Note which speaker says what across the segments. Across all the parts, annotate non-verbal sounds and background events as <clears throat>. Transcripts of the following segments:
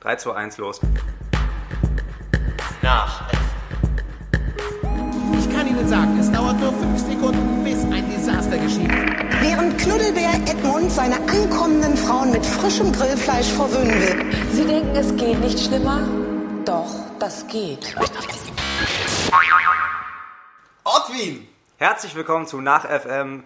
Speaker 1: 3, 2, 1, los.
Speaker 2: Nach.
Speaker 3: Ich kann Ihnen sagen, es dauert nur fünf Sekunden, bis ein Desaster geschieht.
Speaker 4: Während Knuddelbär Edmund seine ankommenden Frauen mit frischem Grillfleisch verwöhnen will.
Speaker 5: Sie denken, es geht nicht schlimmer? Doch, das geht.
Speaker 6: Ortwin!
Speaker 1: Herzlich willkommen zu Nach FM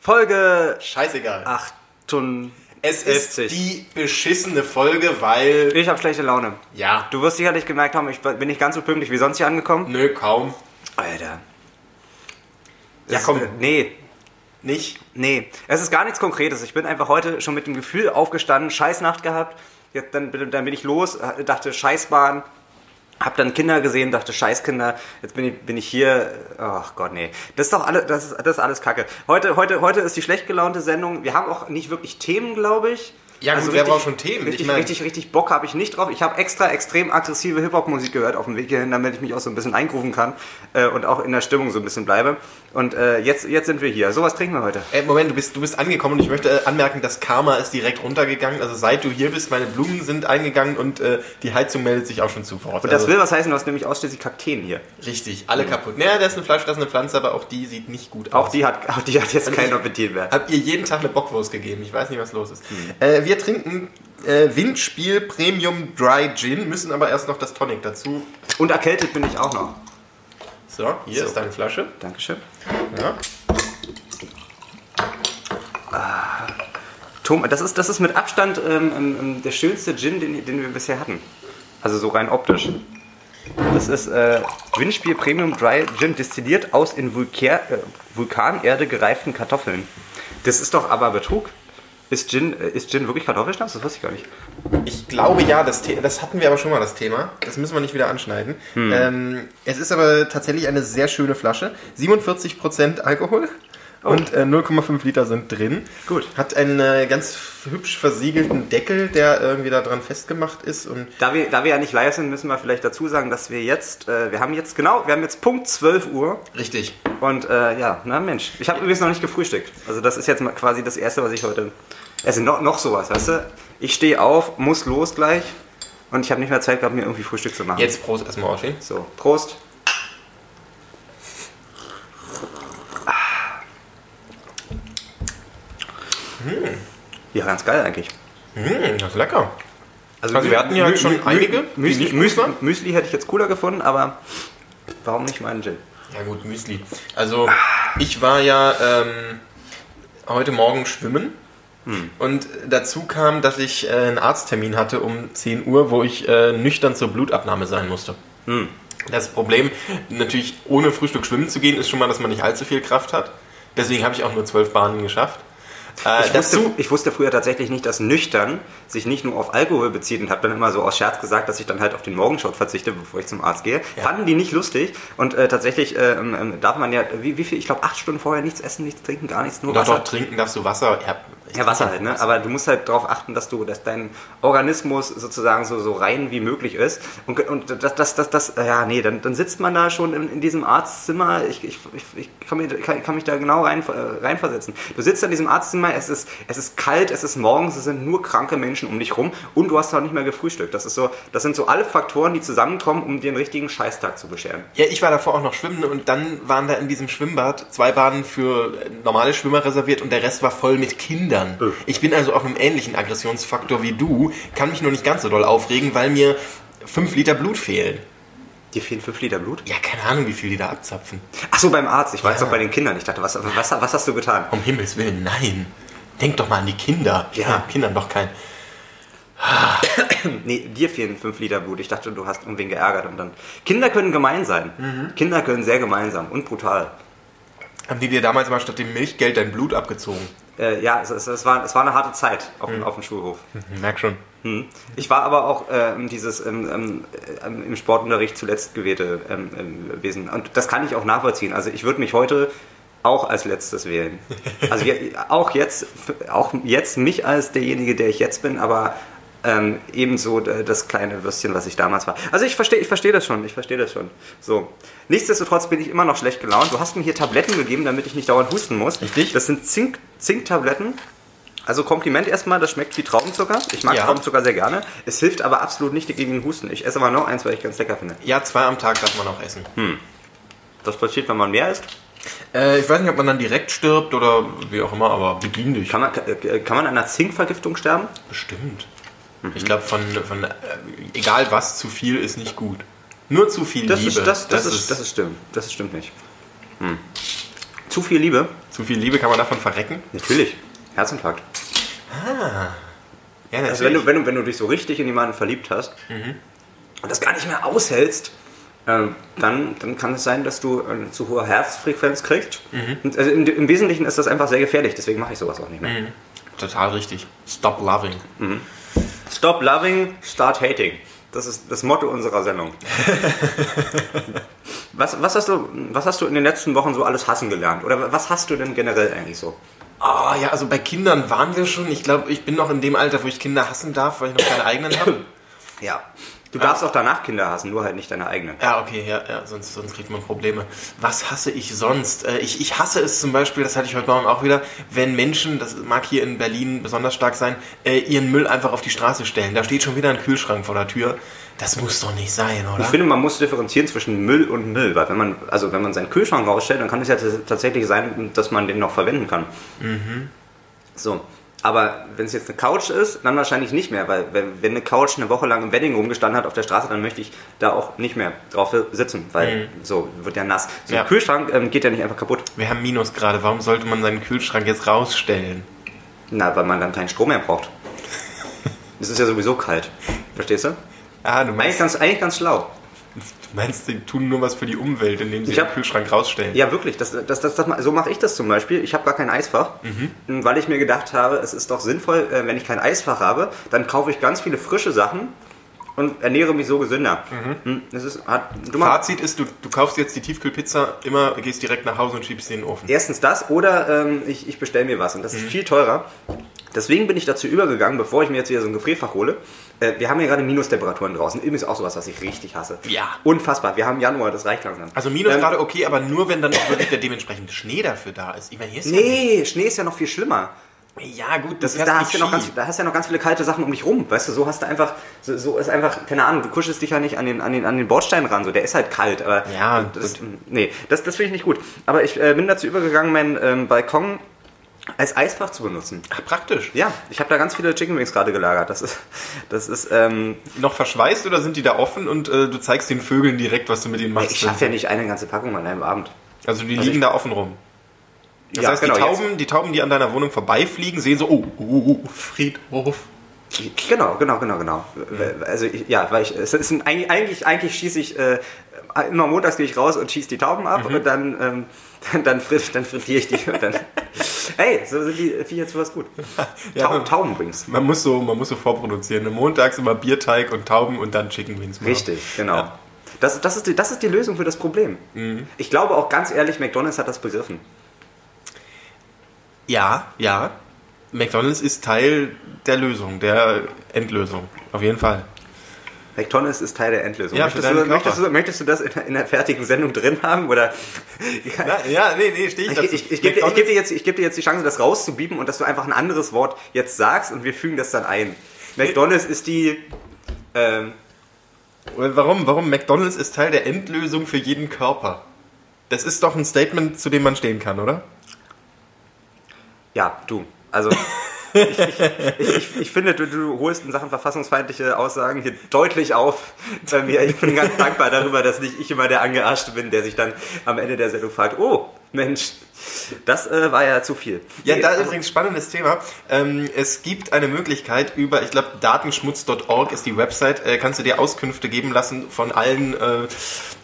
Speaker 1: Folge
Speaker 6: Scheißegal.
Speaker 1: Ah, 58.
Speaker 6: es ist die beschissene Folge, weil.
Speaker 1: Ich habe schlechte Laune.
Speaker 6: Ja, du.
Speaker 1: Du wirst sicherlich gemerkt haben, ich bin nicht ganz so pünktlich wie sonst hier angekommen.
Speaker 6: Nö, kaum.
Speaker 1: Alter.
Speaker 6: Ja,
Speaker 1: Es-
Speaker 6: komm.
Speaker 1: äh, Nee,
Speaker 6: Nicht.
Speaker 1: nee. Es ist gar nichts Konkretes. Ich bin einfach heute schon mit dem Gefühl aufgestanden, Scheißnacht gehabt. Jetzt, dann, bin- dann bin ich los, äh, dachte Scheißbahn. Hab dann Kinder gesehen, dachte Scheißkinder. Jetzt bin ich, bin ich hier. Ach Gott, nee. Das ist doch alle, das ist, das ist alles Kacke. Heute, heute, heute ist die schlecht gelaunte Sendung. Wir haben auch nicht wirklich Themen, glaube ich. Also
Speaker 6: Ja, gut, wer braucht schon Themen? Ich
Speaker 1: Richtig,
Speaker 6: mein-
Speaker 1: richtig, richtig Bock habe ich nicht drauf. Ich habe extra extrem aggressive Hip-Hop-Musik gehört auf dem Weg hierhin, damit ich mich auch so ein bisschen eingrufen kann äh, und auch in der Stimmung so ein bisschen bleibe. Und äh, jetzt, jetzt sind wir hier. So was trinken wir heute.
Speaker 6: Äh, Moment, du bist, du bist angekommen und ich möchte äh, anmerken, das Karma ist direkt runtergegangen. Also seit du hier bist, meine Blumen sind eingegangen und äh, die Heizung meldet sich auch schon sofort.
Speaker 1: Und das
Speaker 6: also,
Speaker 1: will was heißen, du hast nämlich ausschließlich Kakteen hier.
Speaker 6: Richtig, alle kaputt. Naja, da ist eine Fleisch, da ist eine Pflanze, aber auch die sieht nicht gut aus.
Speaker 1: Auch die hat, auch die hat jetzt
Speaker 6: Und
Speaker 1: keinen
Speaker 6: Also ich-
Speaker 1: Appetit mehr.
Speaker 6: Habt ihr jeden Tag eine Bockwurst gegeben? Ich weiß nicht, was los ist.
Speaker 1: Hm.
Speaker 6: Äh, wir trinken äh, Windspiel Premium Dry Gin, müssen aber erst noch das Tonic dazu.
Speaker 1: Und erkältet bin ich auch noch.
Speaker 6: So, hier
Speaker 1: So.
Speaker 6: ist deine Flasche.
Speaker 1: Dankeschön.
Speaker 6: Ja.
Speaker 1: Tom, das ist, das ist mit Abstand ähm, ähm, ähm, der schönste Gin, den, den wir bisher hatten. Also so rein optisch. Das ist äh, Windspiel Premium Dry Gin, destilliert aus in Vulkär, äh, Vulkanerde gereiften Kartoffeln. Das ist doch aber Betrug. Ist Gin, äh, ist Gin wirklich Kartoffelschnaps? Das wusste ich gar nicht.
Speaker 6: Ich glaube ja, das, The das hatten wir aber schon mal das Thema. Das müssen wir nicht wieder anschneiden. Ähm, es ist aber tatsächlich eine sehr schöne Flasche. 47% Alkohol und äh, 0,5 Liter sind drin.
Speaker 1: Gut.
Speaker 6: Hat einen äh, ganz hübsch versiegelten Deckel, der irgendwie da dran festgemacht ist. Und
Speaker 1: Da wir, da wir ja nicht live sind, müssen wir vielleicht dazu sagen, dass wir jetzt, äh, wir haben jetzt, genau, wir haben jetzt Punkt 12 Uhr
Speaker 6: Richtig.
Speaker 1: und äh, ja, na Mensch, ich habe übrigens noch nicht gefrühstückt. Also das ist jetzt mal quasi das Erste, was ich heute esse. Noch, noch sowas, weißt du? Ich stehe auf, muss los gleich und ich habe nicht mehr Zeit gehabt, mir irgendwie Frühstück zu machen.
Speaker 6: Jetzt Prost erstmal, Ortwin.
Speaker 1: So, Prost.
Speaker 6: Mhm.
Speaker 1: Ja, ganz geil eigentlich.
Speaker 6: Hm, das ist lecker. Also
Speaker 1: Mü-
Speaker 6: wir hatten ja
Speaker 1: Mü-
Speaker 6: jetzt schon
Speaker 1: Mü-
Speaker 6: einige, die
Speaker 1: Müsli,
Speaker 6: nicht gut
Speaker 1: Müsli,
Speaker 6: waren.
Speaker 1: Müsli hätte ich jetzt cooler gefunden, aber warum nicht meinen Gin?
Speaker 6: Ja gut, Müsli. Also ich war ja ähm, heute Morgen schwimmen
Speaker 1: Hm.
Speaker 6: und dazu kam, dass ich äh, einen Arzttermin hatte um 10 Uhr, wo ich äh, nüchtern zur Blutabnahme sein musste.
Speaker 1: Hm.
Speaker 6: Das Problem, natürlich ohne Frühstück schwimmen zu gehen, ist schon mal, dass man nicht allzu viel Kraft hat. Deswegen habe ich auch nur zwölf Bahnen geschafft. Äh,
Speaker 1: Ich wusste, ich wusste früher tatsächlich nicht, dass nüchtern sich nicht nur auf Alkohol bezieht und habe dann immer so aus Scherz gesagt, dass ich dann halt auf den Morgenshot verzichte, bevor ich zum Arzt gehe. Fanden die nicht lustig und äh, tatsächlich äh, ähm, ähm, darf man ja, wie, wie viel, ich glaube acht Stunden vorher nichts essen, nichts trinken, gar nichts, nur
Speaker 6: Doch,
Speaker 1: Wasser.
Speaker 6: doch, trinken darfst du Wasser. Ja, ich-
Speaker 1: Ja, Wasser halt, ne? Aber du musst halt darauf achten, dass du, dass dein Organismus sozusagen so, so rein wie möglich ist. Und, und das, das, das, das, ja, nee, dann, dann sitzt man da schon in, in diesem Arztzimmer. Ich, ich, ich, ich kann, mir, kann, kann mich da genau rein, äh, reinversetzen. Du sitzt in diesem Arztzimmer, es ist, es ist kalt, es ist morgens, es sind nur kranke Menschen um dich rum und du hast noch nicht mehr gefrühstückt. Das ist so, das sind so alle Faktoren, die zusammenkommen, um dir einen richtigen Scheißtag zu bescheren.
Speaker 6: Ja, ich war davor auch noch schwimmen und dann waren da in diesem Schwimmbad zwei Baden für äh, normale Schwimmer reserviert und der Rest war voll mit Kindern. Ich bin also auf einem ähnlichen Aggressionsfaktor wie du, kann mich nur nicht ganz so doll aufregen, weil mir fünf Liter Blut fehlen.
Speaker 1: Dir fehlen fünf Liter Blut?
Speaker 6: Ja, keine Ahnung, wie viel die da abzapfen.
Speaker 1: Ach so, beim Arzt. Ich war jetzt
Speaker 6: Ja.
Speaker 1: noch bei den Kindern. Ich dachte, was, was, was hast du getan?
Speaker 6: Um Himmels Willen, nein. Denk doch mal an die Kinder. Ich
Speaker 1: Ja.
Speaker 6: kann den Kindern doch kein.
Speaker 1: Nee, dir fehlen 5 Liter Blut. Ich dachte, du hast irgendwen geärgert und dann. Kinder können gemein sein. Kinder können sehr gemein sein und brutal.
Speaker 6: Haben die dir damals mal statt dem Milchgeld dein Blut abgezogen?
Speaker 1: Äh, ja, es, es, es, war, es war eine harte Zeit auf, dem- auf dem Schulhof.
Speaker 6: Ich merk schon.
Speaker 1: Mhm. Ich war aber auch ähm, dieses ähm, ähm, äh, im Sportunterricht zuletzt gewählte ähm, ähm, Wesen. Und das kann ich auch nachvollziehen. Also ich würde mich heute auch als letztes wählen. Also je, auch jetzt, auch jetzt mich als derjenige, der ich jetzt bin, aber ähm, ebenso d- das kleine Würstchen, was ich damals war. Also ich verstehe, ich verstehe das schon, ich verstehe das schon. So. Nichtsdestotrotz bin ich immer noch schlecht gelaunt. Du hast mir hier Tabletten gegeben, damit ich nicht dauernd husten muss.
Speaker 6: Richtig.
Speaker 1: Das sind Zink, Zinktabletten. Also Kompliment erstmal, das schmeckt wie Traubenzucker. Ich mag
Speaker 6: Ja.
Speaker 1: Traubenzucker sehr gerne. Es hilft aber absolut nicht gegen den Husten. Ich esse aber noch eins, weil ich ganz lecker finde.
Speaker 6: Ja, zwei am Tag darf man auch essen.
Speaker 1: Das passiert, wenn man mehr isst.
Speaker 6: Hm. Äh, ich weiß nicht, ob man dann direkt stirbt oder wie auch immer, aber bedien dich.
Speaker 1: Kann man, äh, kann man an einer Zinkvergiftung sterben?
Speaker 6: Bestimmt. Ich glaube, von, von äh, egal was zu viel ist nicht gut. Nur zu viel
Speaker 1: Das,
Speaker 6: Liebe.
Speaker 1: ist, das, das, ist, das ist stimmt. Das stimmt nicht. Hm. Zu viel Liebe?
Speaker 6: zu viel Liebe kann man davon verrecken.
Speaker 1: Natürlich. Herzinfarkt.
Speaker 6: Ja,
Speaker 1: Also wenn du, wenn, du, wenn du dich so richtig in jemanden verliebt hast und das gar nicht mehr aushältst, ähm, dann, dann kann es sein, dass du eine zu hohe Herzfrequenz kriegst. Und also im, Im Wesentlichen ist das einfach sehr gefährlich, deswegen mache ich sowas auch nicht mehr.
Speaker 6: Total richtig. Stop loving.
Speaker 1: Stop loving, start hating. Das ist das Motto unserer Sendung. was, was, hast du, was hast du in den letzten Wochen so alles hassen gelernt? Oder was hast du denn generell eigentlich so?
Speaker 6: Ah, ja, also bei Kindern waren wir schon. Ich glaube, ich bin noch in dem Alter, wo ich Kinder hassen darf, weil ich noch keine eigenen habe.
Speaker 1: Ja. Du darfst auch danach Kinder hassen, nur halt nicht deine eigenen.
Speaker 6: Ja, okay, ja, ja sonst, sonst kriegt man Probleme. Was hasse ich sonst? Äh, ich, ich hasse es zum Beispiel, das hatte ich heute Morgen auch wieder, wenn Menschen, das mag hier in Berlin besonders stark sein, äh, ihren Müll einfach auf die Straße stellen. Da steht schon wieder ein Kühlschrank vor der Tür. Das muss doch nicht sein, oder?
Speaker 1: Ich finde, man muss differenzieren zwischen Müll und Müll, weil wenn man, also wenn man seinen Kühlschrank rausstellt, dann kann es ja t- tatsächlich sein, dass man den noch verwenden kann. So. Aber wenn es jetzt eine Couch ist, dann wahrscheinlich nicht mehr, weil wenn, wenn eine Couch eine Woche lang im Wedding rumgestanden hat auf der Straße, dann möchte ich da auch nicht mehr drauf sitzen, weil so wird ja nass. So
Speaker 6: Ja.
Speaker 1: ein Kühlschrank ähm, geht ja nicht einfach kaputt.
Speaker 6: Wir haben Minus gerade. Warum sollte man seinen Kühlschrank jetzt rausstellen?
Speaker 1: Na, weil man dann keinen Strom mehr braucht. es ist ja sowieso kalt. Verstehst du?
Speaker 6: Ah, du
Speaker 1: Eigentlich
Speaker 6: meinst,
Speaker 1: ganz, eigentlich ganz schlau.
Speaker 6: du meinst, die tun nur was für die Umwelt, indem sie
Speaker 1: Ich
Speaker 6: den
Speaker 1: hab-
Speaker 6: Kühlschrank rausstellen.
Speaker 1: Ja, wirklich. Das, das, das, das, so mache ich das zum Beispiel. Ich habe gar kein Eisfach,
Speaker 6: Mhm.
Speaker 1: weil ich mir gedacht habe, es ist doch sinnvoll, äh, wenn ich kein Eisfach habe, dann kaufe ich ganz viele frische Sachen und ernähre mich so gesünder. Mhm. Das ist, hat, du machst-
Speaker 6: Fazit ist, du, du kaufst jetzt die Tiefkühlpizza, immer gehst direkt nach Hause und schiebst sie in den Ofen.
Speaker 1: Erstens das oder ähm, ich, ich bestelle mir was und das
Speaker 6: Mhm.
Speaker 1: ist viel teurer. Deswegen bin ich dazu übergegangen, bevor ich mir jetzt wieder so ein Gefrierfach hole. Äh, wir haben ja gerade Minustemperaturen draußen. Übrigens auch sowas, was ich richtig hasse.
Speaker 6: Ja.
Speaker 1: Unfassbar. Wir haben Januar, das reicht langsam.
Speaker 6: Also Minus
Speaker 1: Ähm,
Speaker 6: gerade okay, aber nur wenn dann auch wirklich der dementsprechende Schnee dafür da ist. Ich meine, hier ist
Speaker 1: Nee, Schnee ist ja noch viel schlimmer.
Speaker 6: ja, ja gut,
Speaker 1: Das
Speaker 6: das
Speaker 1: ist, da, hast du ja noch ganz, da hast du ja noch ganz viele kalte Sachen um dich rum, weißt du, so hast du einfach, so, so ist einfach, keine Ahnung, du kuschelst dich ja nicht an den, an den, an den Bordstein ran, so, der ist halt kalt, aber
Speaker 6: Ja,
Speaker 1: das, nee, das, das finde ich nicht gut. Aber ich äh, bin dazu übergegangen, meinen ähm, Balkon als Eisfach zu benutzen.
Speaker 6: Ach, praktisch.
Speaker 1: Ja, ich habe da ganz viele Chicken Wings gerade gelagert, das ist, das ist, ähm,
Speaker 6: Noch verschweißt oder sind die da offen und äh, du zeigst den Vögeln direkt, was du mit denen machst? ne?
Speaker 1: ich schaffe ja nicht eine ganze Packung an einem Abend.
Speaker 6: Also die
Speaker 1: Also
Speaker 6: liegen
Speaker 1: ich-
Speaker 6: da offen rum. Das
Speaker 1: Ja,
Speaker 6: heißt,
Speaker 1: genau,
Speaker 6: die, Tauben, die Tauben, die an deiner Wohnung vorbeifliegen, sehen so, oh, oh, oh Friedhof.
Speaker 1: Genau, genau, genau, genau. Also ich, ja, weil ich, es ist ein, eigentlich, eigentlich schieße ich äh, immer montags gehe ich raus und schieße die Tauben ab
Speaker 6: Mhm.
Speaker 1: und dann, ähm, <laughs> dann, dann, frit, dann frittiere ich die. Und
Speaker 6: <laughs>
Speaker 1: dann, hey, so sind die Viecher zu was gut.
Speaker 6: Ja,
Speaker 1: Tau,
Speaker 6: aber-
Speaker 1: Tauben übrigens.
Speaker 6: Man muss so, man muss so vorproduzieren. Montags immer Bierteig und Tauben und dann Chicken Wings. machen.
Speaker 1: Richtig, genau. Das, das, ist die, das ist die Lösung für das Problem.
Speaker 6: Mhm.
Speaker 1: Ich glaube auch ganz ehrlich, McDonalds hat das begriffen.
Speaker 6: Ja, ja. McDonalds ist Teil der Lösung, der Endlösung. Auf jeden Fall.
Speaker 1: McDonalds ist Teil der Endlösung.
Speaker 6: Ja, für
Speaker 1: möchtest, du,
Speaker 6: deinen Körper.
Speaker 1: möchtest, du, möchtest du das in, in der fertigen Sendung drin haben? Oder?
Speaker 6: ja, nee, nee, stehe
Speaker 1: Ich, ich, ich, ich gebe dir, ich geb dir, jetzt- ich geb dir jetzt die Chance, das rauszubieben und dass du einfach ein anderes Wort jetzt sagst und wir fügen das dann ein. McDonalds ist die. Ähm,
Speaker 6: Warum? Warum? McDonalds ist Teil der Endlösung für jeden Körper. Das ist doch ein Statement, zu dem man stehen kann, oder?
Speaker 1: ja, du. Also. Ich, ich, ich, ich finde, du, du holst in Sachen verfassungsfeindliche Aussagen hier deutlich auf bei mir. Ich bin ganz dankbar darüber, dass nicht ich immer der Angearschte bin, der sich dann am Ende der Sendung fragt, oh, Mensch, das äh, war ja zu viel.
Speaker 6: Ja,
Speaker 1: Nee,
Speaker 6: da
Speaker 1: also-
Speaker 6: übrigens spannendes Thema. Ähm, es gibt eine Möglichkeit über, ich glaube, datenschmutz.org ist die Website. Äh, kannst du dir Auskünfte geben lassen von allen, äh,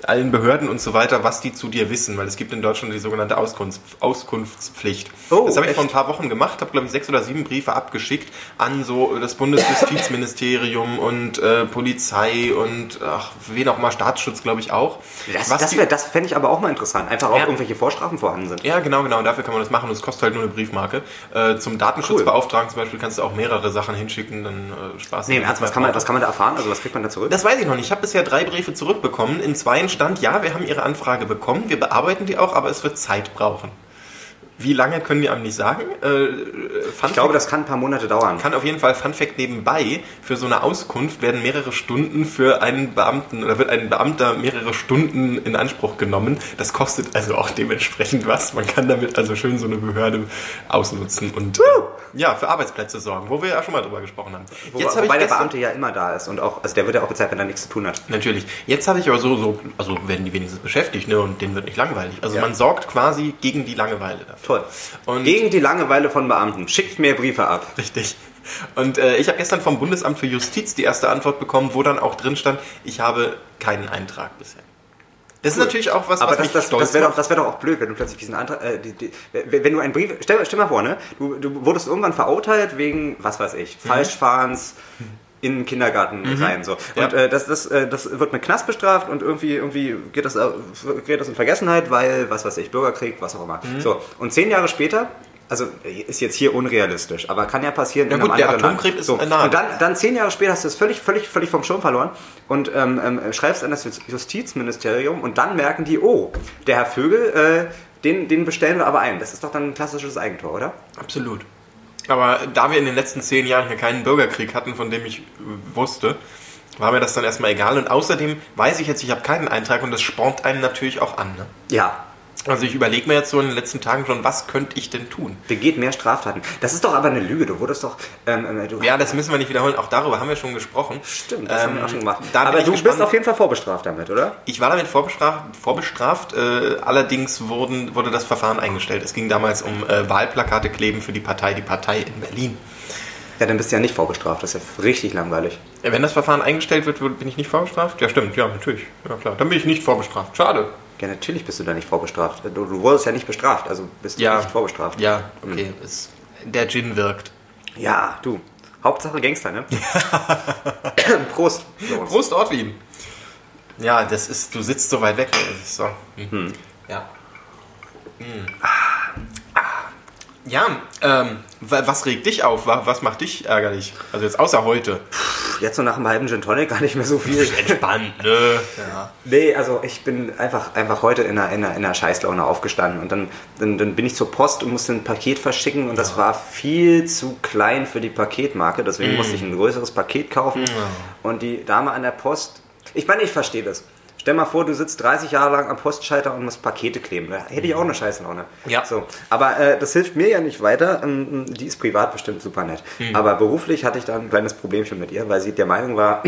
Speaker 6: allen Behörden und so weiter, was die zu dir wissen, weil es gibt in Deutschland die sogenannte Auskunft, Auskunftspflicht.
Speaker 1: Oh,
Speaker 6: das habe ich
Speaker 1: echt?
Speaker 6: vor ein paar Wochen gemacht, habe glaube ich sechs oder sieben Briefe abgeschickt an so das Bundesjustizministerium und äh, Polizei und ach, wen auch mal Staatsschutz, glaube ich auch.
Speaker 1: Das,
Speaker 6: Was
Speaker 1: das,
Speaker 6: die-
Speaker 1: wär- das fände ich aber auch mal interessant. Einfach auch
Speaker 6: Ja.
Speaker 1: irgendwelche Vorstrafen vorhanden sind.
Speaker 6: ja, genau, genau. Dafür kann man das machen. Und es kostet halt nur eine Briefmarke. Äh, zum Datenschutzbeauftragten zum Beispiel kannst du auch mehrere Sachen hinschicken, dann äh, Spaß.
Speaker 1: Nee, im Ernst, was kann, man, was kann man da erfahren? Also was kriegt man da zurück?
Speaker 6: Das weiß ich noch nicht. Ich habe bisher drei Briefe zurückbekommen. In zweien stand, ja, wir haben Ihre Anfrage bekommen, wir bearbeiten die auch, aber es wird Zeit brauchen. Wie lange können wir einem nicht sagen? Äh, Fun
Speaker 1: Ich glaube,
Speaker 6: Fact-
Speaker 1: das kann ein paar Monate dauern.
Speaker 6: kann auf jeden Fall Fun Fact nebenbei, für so eine Auskunft werden mehrere Stunden für einen Beamten oder wird ein Beamter mehrere Stunden in Anspruch genommen. Das kostet also auch dementsprechend was. Man kann damit also schön so eine Behörde ausnutzen und äh, ja, für Arbeitsplätze sorgen, wo wir ja schon mal drüber gesprochen haben.
Speaker 1: Wo,
Speaker 6: habe ich
Speaker 1: wobei der
Speaker 6: gestern-
Speaker 1: Beamte ja immer da ist und auch, also der wird ja auch bezahlt, wenn er nichts zu tun hat.
Speaker 6: Natürlich. Jetzt habe ich aber so, so, also werden die wenigstens beschäftigt, ne? Und denen wird nicht langweilig. Also
Speaker 1: Ja.
Speaker 6: man sorgt quasi gegen die Langeweile dafür.
Speaker 1: Toll.
Speaker 6: Und-
Speaker 1: Gegen die Langeweile von Beamten. Schickt mehr Briefe ab.
Speaker 6: Richtig. Und äh, ich habe gestern vom Bundesamt für Justiz die erste Antwort bekommen, wo dann auch drin stand, ich habe keinen Eintrag bisher. Das ist natürlich auch was,
Speaker 1: Aber
Speaker 6: was
Speaker 1: das,
Speaker 6: mich
Speaker 1: das,
Speaker 6: stolz
Speaker 1: das wäre doch,
Speaker 6: macht.
Speaker 1: das wär doch auch blöd, wenn du plötzlich diesen Antrag, äh, die, die, wenn wenn du einen Brief, stell, stell mal vor, ne? Du, du wurdest irgendwann verurteilt wegen, was weiß
Speaker 6: Mhm.
Speaker 1: ich, Falschfahrens in den Kindergarten rein, so.
Speaker 6: Ja.
Speaker 1: Und äh, das, das, äh, das wird mit Knast bestraft und irgendwie, irgendwie geht das, äh, gerät das in Vergessenheit, weil, was weiß ich, Bürgerkrieg, was auch immer.
Speaker 6: Mhm.
Speaker 1: So. Und zehn Jahre später, also äh, ist jetzt hier unrealistisch, aber kann ja passieren in
Speaker 6: Ja gut,
Speaker 1: einem
Speaker 6: der
Speaker 1: anderen Land.
Speaker 6: Atomkrieg ist
Speaker 1: ne? so.
Speaker 6: ein Name.
Speaker 1: Und dann, dann zehn Jahre später hast du es völlig, völlig, völlig vom Schirm verloren und ähm, ähm, schreibst an das Jus- Justizministerium und dann merken die, oh, der Herr Vögel, äh, den, den bestellen wir aber ein. Das ist doch dann ein klassisches Eigentor, oder?
Speaker 6: Absolut. Aber da wir in den letzten zehn Jahren hier keinen Bürgerkrieg hatten, von dem ich äh, wusste, war mir das dann erstmal egal. Und außerdem weiß ich jetzt, ich habe keinen Eintrag und das spornt einen natürlich auch an. Ne?
Speaker 1: Ja.
Speaker 6: Also ich überlege mir jetzt so in den letzten Tagen schon, was könnte ich denn tun?
Speaker 1: Begeht mehr Straftaten. Das ist doch aber eine Lüge. Du wurdest doch. Ähm, ähm, du
Speaker 6: Ja, das müssen wir nicht wiederholen. Auch darüber haben wir schon gesprochen. Ähm,
Speaker 1: Stimmt, das haben wir auch schon gemacht.
Speaker 6: Da
Speaker 1: Aber du bist auf
Speaker 6: jeden
Speaker 1: jeden Fall vorbestraft damit, oder?
Speaker 6: Ich war damit vorbestraft, vorbestraft äh, allerdings wurden, wurde das Verfahren eingestellt. Es ging damals um äh, Wahlplakate kleben für die Partei, die Partei in Berlin.
Speaker 1: Ja, dann bist du ja nicht vorbestraft. Das ist ja richtig langweilig.
Speaker 6: Äh, Wenn das Verfahren eingestellt wird, wird- bin ich nicht vorbestraft? Ja, stimmt, ja, natürlich. Ja, klar. Dann bin ich nicht vorbestraft. Schade.
Speaker 1: Ja, natürlich bist du da nicht vorbestraft. Du, du wurdest ja nicht bestraft, also bist du nicht vorbestraft. Hm.
Speaker 6: Ja, okay. Es, der Gin wirkt.
Speaker 1: Ja, du. Hauptsache Gangster, ne? Prost. Lorenz.
Speaker 6: Prost, Ortwin. Ja, das ist, du sitzt so weit weg. Das ist so. Hm. Ja. Hm. Ah. Ja, ähm, wa- was regt dich auf? Wa- Was macht dich ärgerlich? Also jetzt außer heute.
Speaker 1: Jetzt so nach einem halben Gin Tonic gar nicht mehr so viel.
Speaker 6: <laughs> Entspannt, ne? Ja.
Speaker 1: Nee, also ich bin einfach, einfach heute in einer, in einer, in einer Scheißlaune aufgestanden und dann, dann, dann bin ich zur Post und musste ein Paket verschicken und das war viel zu klein für die Paketmarke, deswegen musste ich ein größeres Paket kaufen und die Dame an der Post, ich meine, ich verstehe das. Stell mal vor, du sitzt 30 Jahre lang am Postschalter und musst Pakete kleben. Da hätte ich auch eine Scheißlaune.
Speaker 6: Ja.
Speaker 1: So. Aber äh, das hilft mir ja nicht weiter. Ähm, Die ist privat bestimmt super nett. Aber beruflich hatte ich da ein kleines Problemchen mit ihr, weil sie der Meinung war,